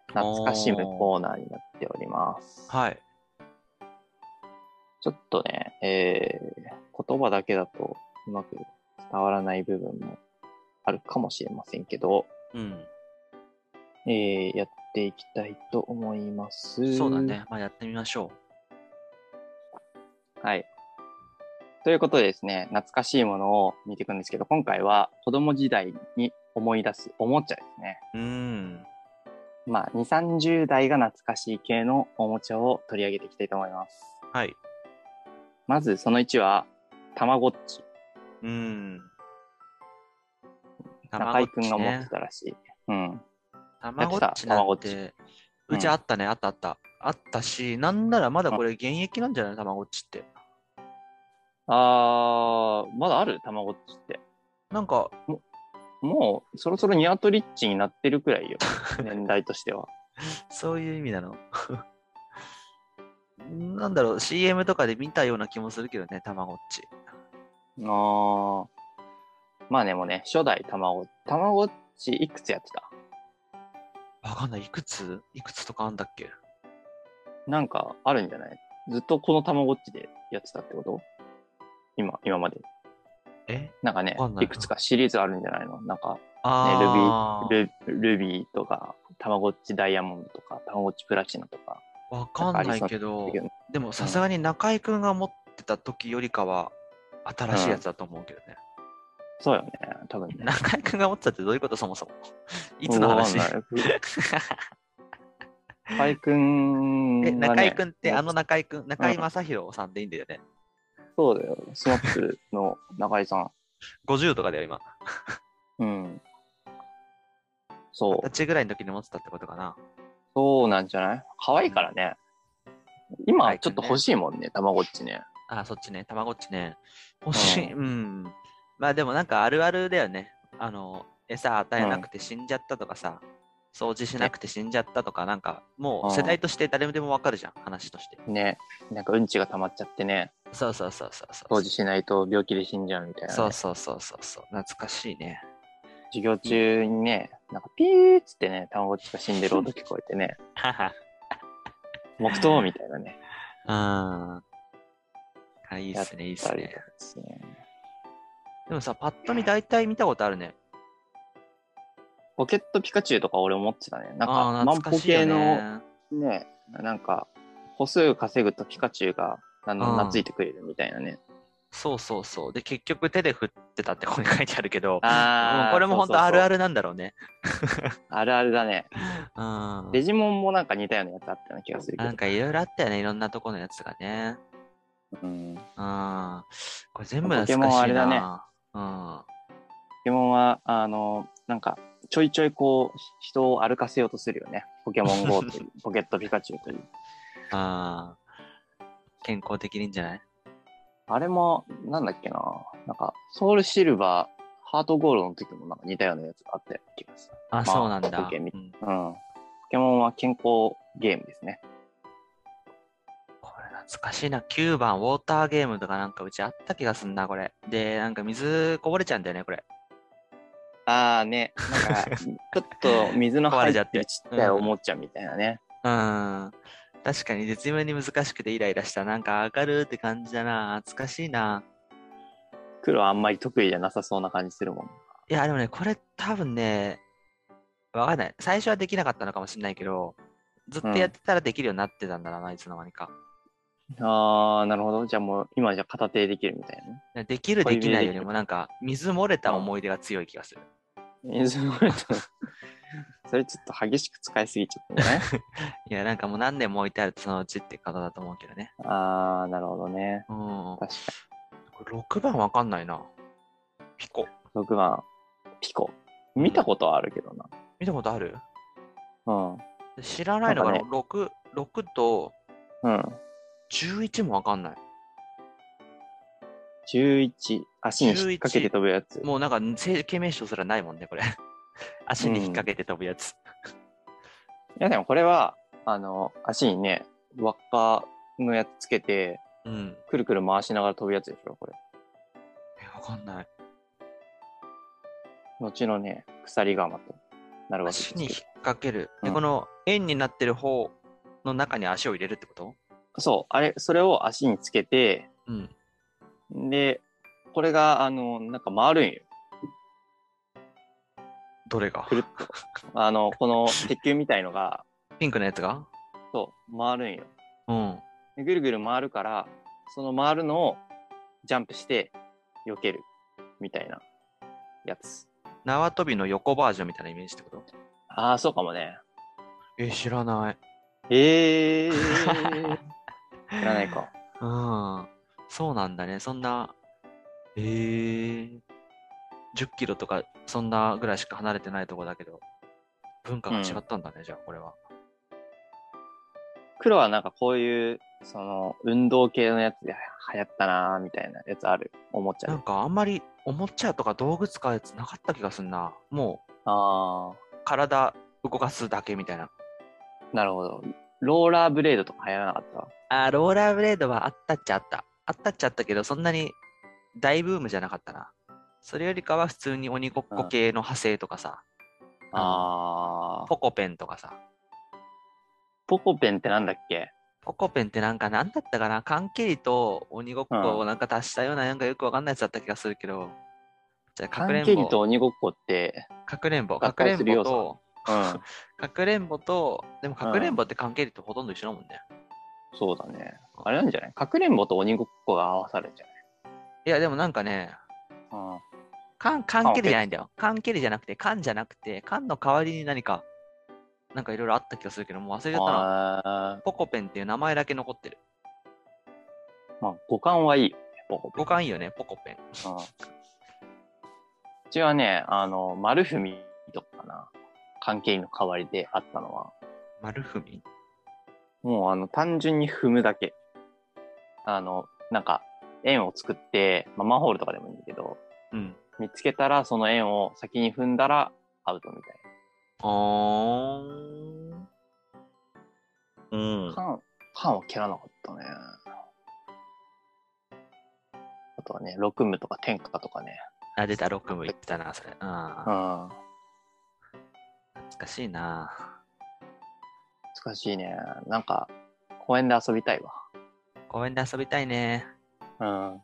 S2: 懐かしむコーナーになっております。
S1: はい。
S2: ちょっとね、えー言葉だけだとうまく伝わらない部分もあるかもしれませんけど、
S1: うん。
S2: えーやっていきたいと思います。
S1: そうだね。まあやってみましょ
S2: はい。ということでですね、懐かしいものを見ていくんですけど、今回は子供時代に思い出すおもちゃですね。
S1: う。うん。
S2: まあ、2、30代が懐かしい系のおもちゃを取り上げていきたいと思います。
S1: はい。
S2: まず、その1は、たまごっち。
S1: うん。
S2: 中井くんが持って
S1: ね。
S2: たらしい。うん。
S1: たまごっちなんて、
S2: うん
S1: うちあったね、あったあった。あったし、なんならまだこれ現役なんじゃないたまごっちって。
S2: あー、まだあるたまごっちって。
S1: なんか、
S2: もう、そろそろニワトリッチになってるくらいよ。年代としては。
S1: そういう意味なの。 なんだろう、CM とかで見たような気もするけどね、たまごっち。
S2: あー。まあね、もうね、初代たまご、たまごっちいくつやってた
S1: わかんない、いくついくつとかあんだっけ
S2: なんかあるんじゃないずっとこのたまごっちでやってたってこと今、今まで。
S1: え
S2: なんかね
S1: わかん、ない
S2: いくつかシリーズあるんじゃないのなんか、
S1: あー、
S2: ね、ルルビーとか、たまごっちダイヤモンドとか、たまごっちプラチナとか。
S1: わかんないけ
S2: だ
S1: ど
S2: け、どね
S1: でもさすがに中居くんが持ってた時よりかは、新しいやつだと思うけどね。
S2: そうよね、多分 ね。
S1: 中 居くんが持ってたってどういうことそもそも。いつの話
S2: わかんない
S1: あ
S2: 中井くん
S1: え、
S2: はね
S1: 中井くんって、あの中井くん、中井正宏さんでいいんだよね。
S2: そうだよ。スマップの中井さん。
S1: 50とかだよ、今。
S2: うん。そう
S1: 二十。歳ぐらいの時に持ってたってことかな。
S2: そうなんじゃない可愛いからね。今ちょっと欲しいもんね、たまごっちね。
S1: あ、そっちね、たまごっちね。欲しい。うん。まあでもなんかあるあるだよね。あの、餌与えなくて死んじゃったとかさ、掃除しなくて死んじゃったとか、なんかもう世代として誰でもわかるじゃん、話として。
S2: ね。なんかうんちが溜まっちゃってね、
S1: そうそうそうそうそう。
S2: 掃除しないと病気で死んじゃうみたいなね、
S1: そうそうそうそうそう。懐かしいね。
S2: 授業中にね、なんかピーっつってね、たまごっちが死んでる音聞こえて ね、
S1: はは。
S2: 黙祷みたいなね。
S1: うん。あ、いいっすね、いいっす
S2: やったり
S1: ね
S2: と。かですね。
S1: でもさ、パッと見大体見たことあるね。
S2: ポケットピカチュウとか俺思ってたね。なん
S1: あ
S2: か、
S1: あー、
S2: 万
S1: 懐か
S2: 歩
S1: しいよ
S2: 系の
S1: ね。
S2: ね、なんか、歩数稼ぐとピカチュウが、あ
S1: う
S2: の、
S1: ん
S2: 懐いてくれるみたいなね。
S1: そうそうそう。で、結局手で振ってたってここに書いてあるけど、
S2: あ
S1: もう
S2: あ、
S1: これも本当あるあ
S2: る。
S1: るなんだろうね。
S2: あるあるだね。
S1: うん。
S2: デジモンもなんか似たようなやつあったような気がするけど
S1: なん。かいろいろあったよね、いろんなとこのやつがね。
S2: うん。ポ
S1: うん。これ全部
S2: ポケ
S1: 懐
S2: モ
S1: か
S2: ン
S1: し
S2: あ
S1: い
S2: れだね
S1: な。うん。
S2: ケモンは、あの、なんか、ちょいちょいこう、人を歩かせようとするよね。ポケモン GO と いう、ポケットピカチュウとい
S1: う
S2: う。
S1: ん。健康的でいいんじゃない
S2: あれも、なんだっけな。なんか、ソウルシルバー、ハートゴールドの時もなんか似たようなやつがあったような気がする。
S1: あ、そうなんだ。
S2: ポケミ
S1: うん
S2: うん。ポケモンは健康ゲームですね。
S1: これ懐かしいな。9番、ウォーターゲームとかなんかうちあった気がすんな、これ。で、なんか水こぼれちゃうんだよね、これ。
S2: ああね、なん か、ちょっと水の入ってるちっちゃいおもちゃみたいなね。
S1: うん。確かに絶妙に難しくてイライラした。なんか上がるって感じだな。懐かしいな。
S2: 黒あんまり得意じゃなさそうな感じするもん。
S1: いや、でもね、これ多分ね、わかんない。最初はできなかったのかもしれないけど、ずっとやってたらできるようになってたんだろうな、いつの間にか。
S2: ああ、なるほど。じゃあもう、今じゃ片手でできるみたい
S1: できる、
S2: 小
S1: で
S2: 指
S1: き
S2: で
S1: ない
S2: で
S1: よ
S2: き
S1: り
S2: る
S1: も、なんか、水漏れた思い出が強い気がする。
S2: なね。え、すごい。 それちょっと激しく使いすぎちゃったんじ ゃない
S1: いや、なんかもう何年も置いてあるとそのうちって方だと思うけどね。
S2: ああ、なるほどね。
S1: うん。
S2: 確か
S1: これ6番わかんないな。ピコ。
S2: に。6番、ピコ。見たことはあるけどな。
S1: 見たことある
S2: うん。
S1: 知らないのが
S2: なんか
S1: 6、6と
S2: うん。
S1: 11もわかんない。
S2: 11、足に引っ掛けて飛ぶやつ。
S1: もうなんか正形名称すらないもんね、これ。 足に引っ掛けて飛ぶやつ。
S2: いやでもこれは、あの、足にね、輪っかのやつつけて、
S1: うん。
S2: くるくる回しながら飛ぶやつでしょ、これ。
S1: えわかんない。
S2: 後のね、鎖釜となるわけです
S1: 足に
S2: け
S1: 引っ
S2: ど。
S1: 掛ける。で、
S2: うん
S1: この円になってる方の中に足を入れるってこと
S2: そう、あれ、それを足につけて、
S1: うん。
S2: で、これが、あの、なんか回るんよ。
S1: どれが
S2: くるっと。あの、この鉄球みたいのが、
S1: ピンクのやつが
S2: そう、回るんよ。
S1: うん。
S2: でぐるぐる回るから、その回るのをジャンプして、避ける。みたいなやつ。
S1: 縄跳びの横バージョンみたいなイメージってこと
S2: ああ、そうかもね。
S1: え、知らない。
S2: ええー。知らないか。
S1: うん。そうなんだね。そんな、えー、10キロとか、そんなぐらいしか離れてないとこだけど、文化が違ったんだね、じゃあ、これは。
S2: 黒はなんかこういう、その、運動系のやつで流行ったなーみたいなやつある。おもちゃ
S1: な
S2: で
S1: ん。か、あんまり、おもちゃとか道具使うやつなかった気がすんな。も
S2: あ
S1: う、体動かすだけみたいな。
S2: ー、なるほど。ローラーブレードとか流行らなかった
S1: あー、ローラーブレードはあったっちゃあった。あったっちゃあったけど、そんなに大ブームじゃなかったな。それよりかは普通に鬼ごっこ系の派生とかさ、
S2: あー、
S1: ポコペンとかさ。
S2: ポコペンってなんだっけ
S1: ポコペンってなんか何だったかな缶蹴りと鬼ごっこ
S2: う
S1: をなんか足したようななんかよくわかんないやつだった気がするけど、じゃあか
S2: カ
S1: くれ
S2: ン
S1: ん
S2: ケリと
S1: ぼ、
S2: 鬼ごっこって、
S1: かくれんぼ、
S2: 合
S1: かくれ
S2: 体
S1: ん
S2: する
S1: ぼ
S2: 要
S1: と
S2: 素、うん、
S1: かくれんぼと、でもかくれんぼって缶蹴りとほとんど一緒だもんね。
S2: そうだね。あれなんじゃないかくれんぼと鬼ごっこが合わされるんじゃ
S1: いやでもなんかね、
S2: ない
S1: 缶、缶蹴りじゃないんだよ。缶蹴りじゃなくて、缶じゃなくて、缶の代わりに何かなんかいろいろあった気がするけど、もう忘れちゃったな。
S2: あー
S1: ポコペンっていう名前だけ残ってる。
S2: まあ、五感はいいよね。ポコ
S1: 五感いいよね、ポコペン。
S2: うんうちはね、あの、丸踏みとかかな。関係の代わりであったのは、
S1: 丸踏み
S2: もうあの、単純に踏むだけ。あの、なんか、円を作って、まあ、マンホールとかでもいいんだけど、
S1: うん。
S2: 見つけたらその円を先に踏んだらアウトみたい
S1: あーん。うん
S2: な。。缶、缶は蹴らなかったね。あとはね、六無とか天下とかね。
S1: あ、出た、ロックも言ってたな、それ。あ
S2: う
S1: あ、
S2: ん。
S1: 懐かしいな。
S2: 難しいね。なんか、公園で遊びたいわ。
S1: 公園で遊びたいね。
S2: うん。
S1: う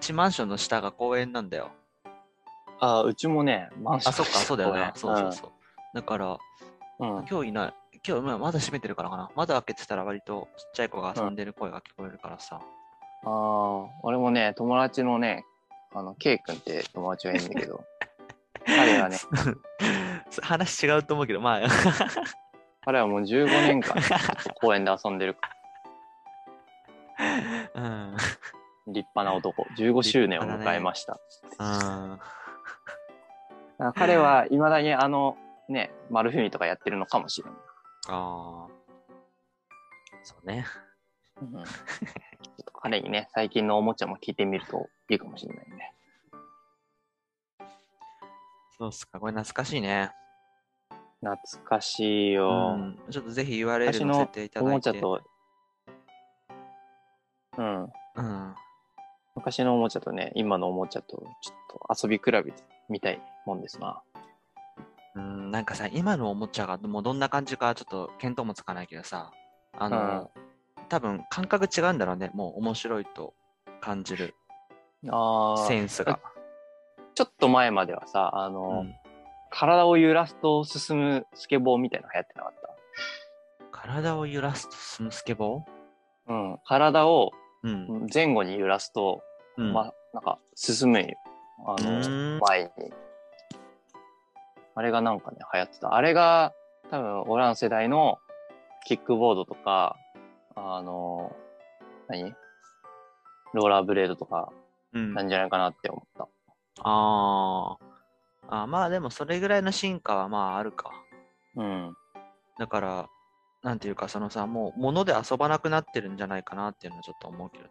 S1: ちマンションの下が公園なんだよ。
S2: あうちもね、マンション
S1: あ、そっか、そうだよね。
S2: 公
S1: そう
S2: 園
S1: そうそう。だから、
S2: うん。うん
S1: 今日いない。今日、まあまだ閉めてるからかな。窓開けてたら割とちっちゃい子が遊んでる声が聞こえるからさ。
S2: ああ、俺もね、友達のね、あの、ケイ君って友達がいるんだ けど、彼はね、
S1: 話違うと思うけど、まあ、
S2: 彼はもう15年間、ずっと公園で遊んでる
S1: うん。
S2: 立派な男、15周年を迎えました。
S1: うん。
S2: あ彼はいまだにあの、ね、丸踏みとかやってるのかもしれない。
S1: ああ。そうね。
S2: うん、ちょっと彼にね、最近のおもちゃも聞いてみるといいかもしれないね。
S1: そうっすか。これ懐かしいね。
S2: 懐かしいうよ。
S1: ん。ちょっとぜひ URL 載
S2: 私
S1: せ
S2: の
S1: ていた
S2: お
S1: だい
S2: も
S1: て。
S2: ちゃと、うん、
S1: うん。
S2: 昔のおもちゃとね、今のおもちゃと、ちょっと遊び比べてみたいもんですな。
S1: うん、なんかさ、今のおもちゃがもうどんな感じかちょっと見当もつかないけどさ、あの、多分感覚違うんだろうね、もう面白いと感じる
S2: あ
S1: セ
S2: ー
S1: ンスが。
S2: ちょっと前まではさ、あ
S1: う
S2: の、
S1: ん、
S2: 体を揺らすと進むスケボーみたいなの流行ってなかった
S1: 体を揺らすと進むスケボー
S2: うん、体を
S1: うん。
S2: 前後に揺らすと、
S1: うん
S2: まあ、なんか進むんよあ
S1: う
S2: の
S1: ーん
S2: 前にあれがなんかね流行ってたあれが多分俺らの世代のキックボードとかあの何ローラーブレードとか
S1: うん
S2: なんじゃないかなって思った、
S1: あーあー。まあでもそれぐらいの進化はまああるか。
S2: うん、
S1: だから、なんていうか、そのさ、もう物で遊ばなくなってるんじゃないかなっていうのはちょっと思うけどね。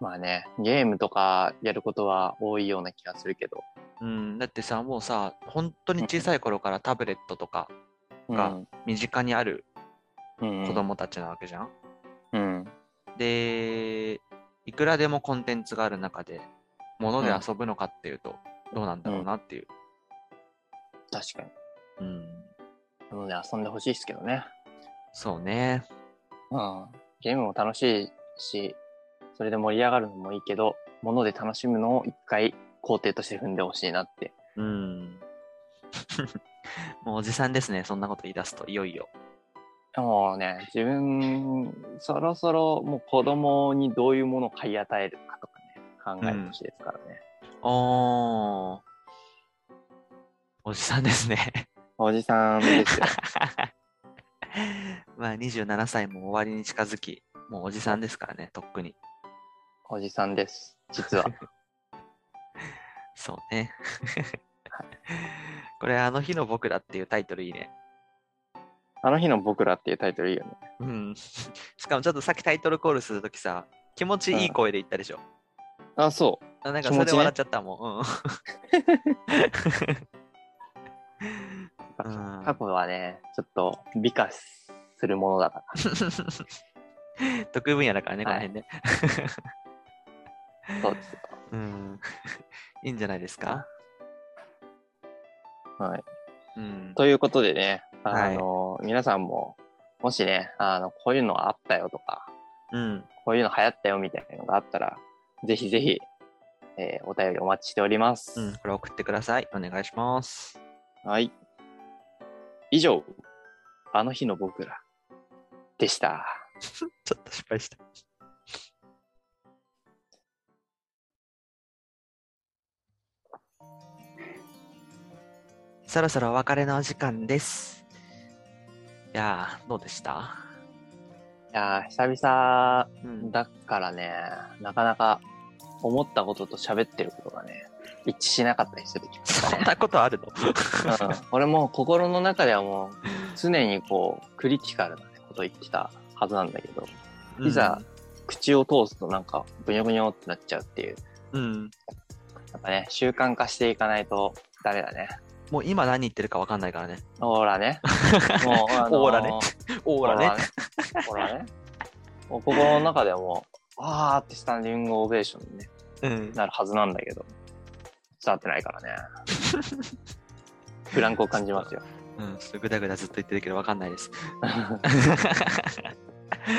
S2: まあねゲームとかやることは多いような気がするけど、
S1: うん、だってさ、もうさ、本当に小さい頃からタブレットとか
S2: うん
S1: が身近にある
S2: うん
S1: 子供たちなわけじゃん。
S2: うん
S1: で、いくらでもコンテンツがある中で、物で遊ぶのかっていうと、どうなんだろうなっていう。
S2: 確かに
S1: うん、
S2: なので遊んでほしいですけどね
S1: そうね。
S2: うんゲームも楽しいし、それで盛り上がるのもいいけど、物で楽しむのを一回工程として踏んでほしいなって。
S1: うん。 もうおじさんですね、そんなこと言い出すと、いよいよ。
S2: もうね、自分、そろそろもう子供にどういうものを買い与えるかとかね、考えてほしいですからね。
S1: おー。おじさんですね。
S2: おじさんですよ。
S1: まあ27歳も終わりに近づき、もうおじさんですからね、とっくに。
S2: おじさんです。実は。
S1: そうね。これ、あの日の僕だっていうタイトルいいね。
S2: あの日の僕らっていうタイトルいいよね。
S1: うん。 しかもちょっとさっきタイトルコールするときさ、気持ちいい声で言ったでしょ。
S2: あ、そう。
S1: あなんか
S2: 気
S1: それ
S2: 持ち
S1: で
S2: ね
S1: 笑っちゃったもん。 うん。うん
S2: 過去はね、ちょっと美化するものだから。
S1: 得意分野だからね、この
S2: はい
S1: 辺ね。
S2: そうですよ。
S1: うん。いいんじゃないですか。
S2: はい。
S1: うん。
S2: ということでね、
S1: は
S2: あ
S1: い
S2: の、皆さんも、もしね、あの、こういうのあったよとか、
S1: うん。
S2: こういうの流行ったよみたいなのがあったら、ぜひぜひ、えーお便りお待ちしております。
S1: うん。これ送ってください。お願いします。
S2: はい。以上、あの日の僕らでした。
S1: ちょっと失敗した。そろそろお別れのお時間です。いやー、どうでした
S2: いやー、久々
S1: うん。
S2: だからね、なかなか思ったことと喋ってることがね、一致しなかったりする時
S1: そんなことあるの
S2: うん俺もう心の中ではもう常にこうクリティカルなこと言ってたはずなんだけど、いざ口を通すとなんかブニョブニョってなっちゃうっていう、
S1: うん。うん。
S2: やっぱね、習慣化していかないとダメだね。
S1: もう今何言ってるかわかんないからね。
S2: オー ラね。もう、あの
S1: オーラね。オ
S2: オ
S1: ーラね。。
S2: オーラね。もう心の中でもう、わーってスタンディングオベーションにね
S1: うん。
S2: なるはずなんだけど、伝わってな いからね。フランクを感じますよ。
S1: うん。ちょっとぐだぐだずっと言ってるけどわかんないです。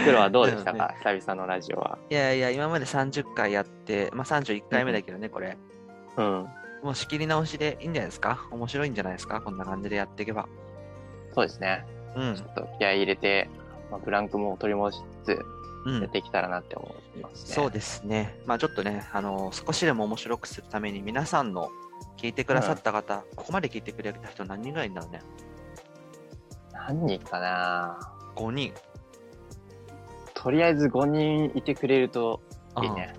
S2: 黒はどうでした か、久々のラジオは。
S1: いやいや、今まで30回やって、まあ31回目だけどね、これ。
S2: うん。
S1: もう仕切り直しでいいんじゃないですか面白いんじゃないですかこんな感じでやっていけば。
S2: そうですね。
S1: う
S2: ちょ
S1: ん。
S2: っと気合い入れて、まあ、ブランクも取り戻しつ
S1: う
S2: つ、や
S1: ん
S2: っ。ていけたらなって思いますね。
S1: そうですね。まあちょっとね、あの少しでも面白くするために皆さんの聞いてくださった方、ここまで聞いてくれた人何人ぐらいいるんだろうね。
S2: 何人かな
S1: 5人。
S2: とりあえず5人いてくれるといいね。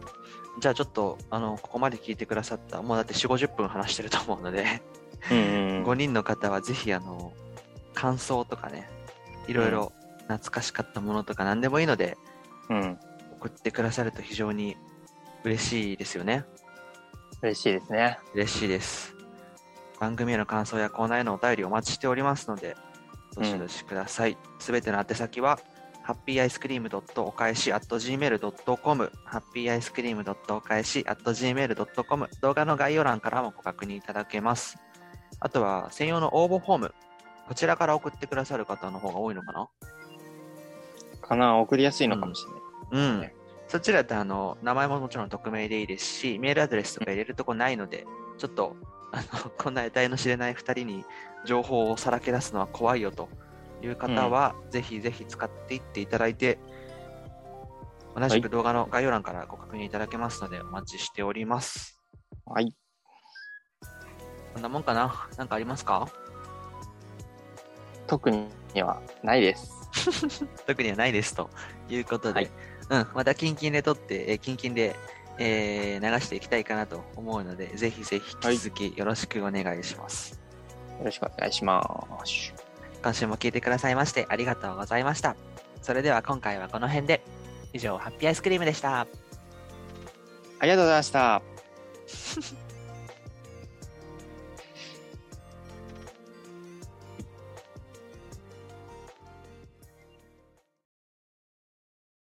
S1: うん。じゃあちょっと、あの、ここまで聞いてくださった、もうだって4、50分話してると思うので、
S2: うんうんう
S1: 5
S2: ん。
S1: 人の方はぜひ、あの、感想とかね、いろいろ懐かしかったものとか何でもいいので、
S2: うん。
S1: 送ってくださると非常に嬉しいですよね。
S2: 嬉しいですね。
S1: 嬉しいです。番組への感想やコーナーへのお便りお待ちしておりますので、どしどしください。すべ、ての宛先は、ハッピーアイスクリームお返し at gmail.com、ハッピーアイスクリームお返し at gmail.com、動画の概要欄からもご確認いただけます。あとは、専用の応募フォーム、こちらから送ってくださる方の方が多いのかな
S2: かな送りやすいのかもしれない。
S1: うん
S2: ね。
S1: そっちだと、あの、名前ももちろん匿名でいいですし、メールアドレスとか入れるとこないので、ちょっと、あの、 こんな得体の知れない2人に情報をさらけ出すのは怖いよという方は、ぜひぜひ使っていっていただいて、同じく動画の概要欄からご確認いただけますので、お待ちしております。
S2: はい。
S1: こんなもんかななんかありますか
S2: 特にはないです。
S1: 特にはないですということで、
S2: はい
S1: うん、またキンキンで撮って、えーキンキンで、えー流していきたいかなと思うので、ぜひぜひ
S2: は
S1: 引
S2: い
S1: き続きよろしくお願いします。
S2: よろしくお願いします。
S1: 今週も聞いてくださいましてありがとうございました。それでは今回はこの辺で、以上、ハッピーアイスクリームでした。
S2: ありがとうございました。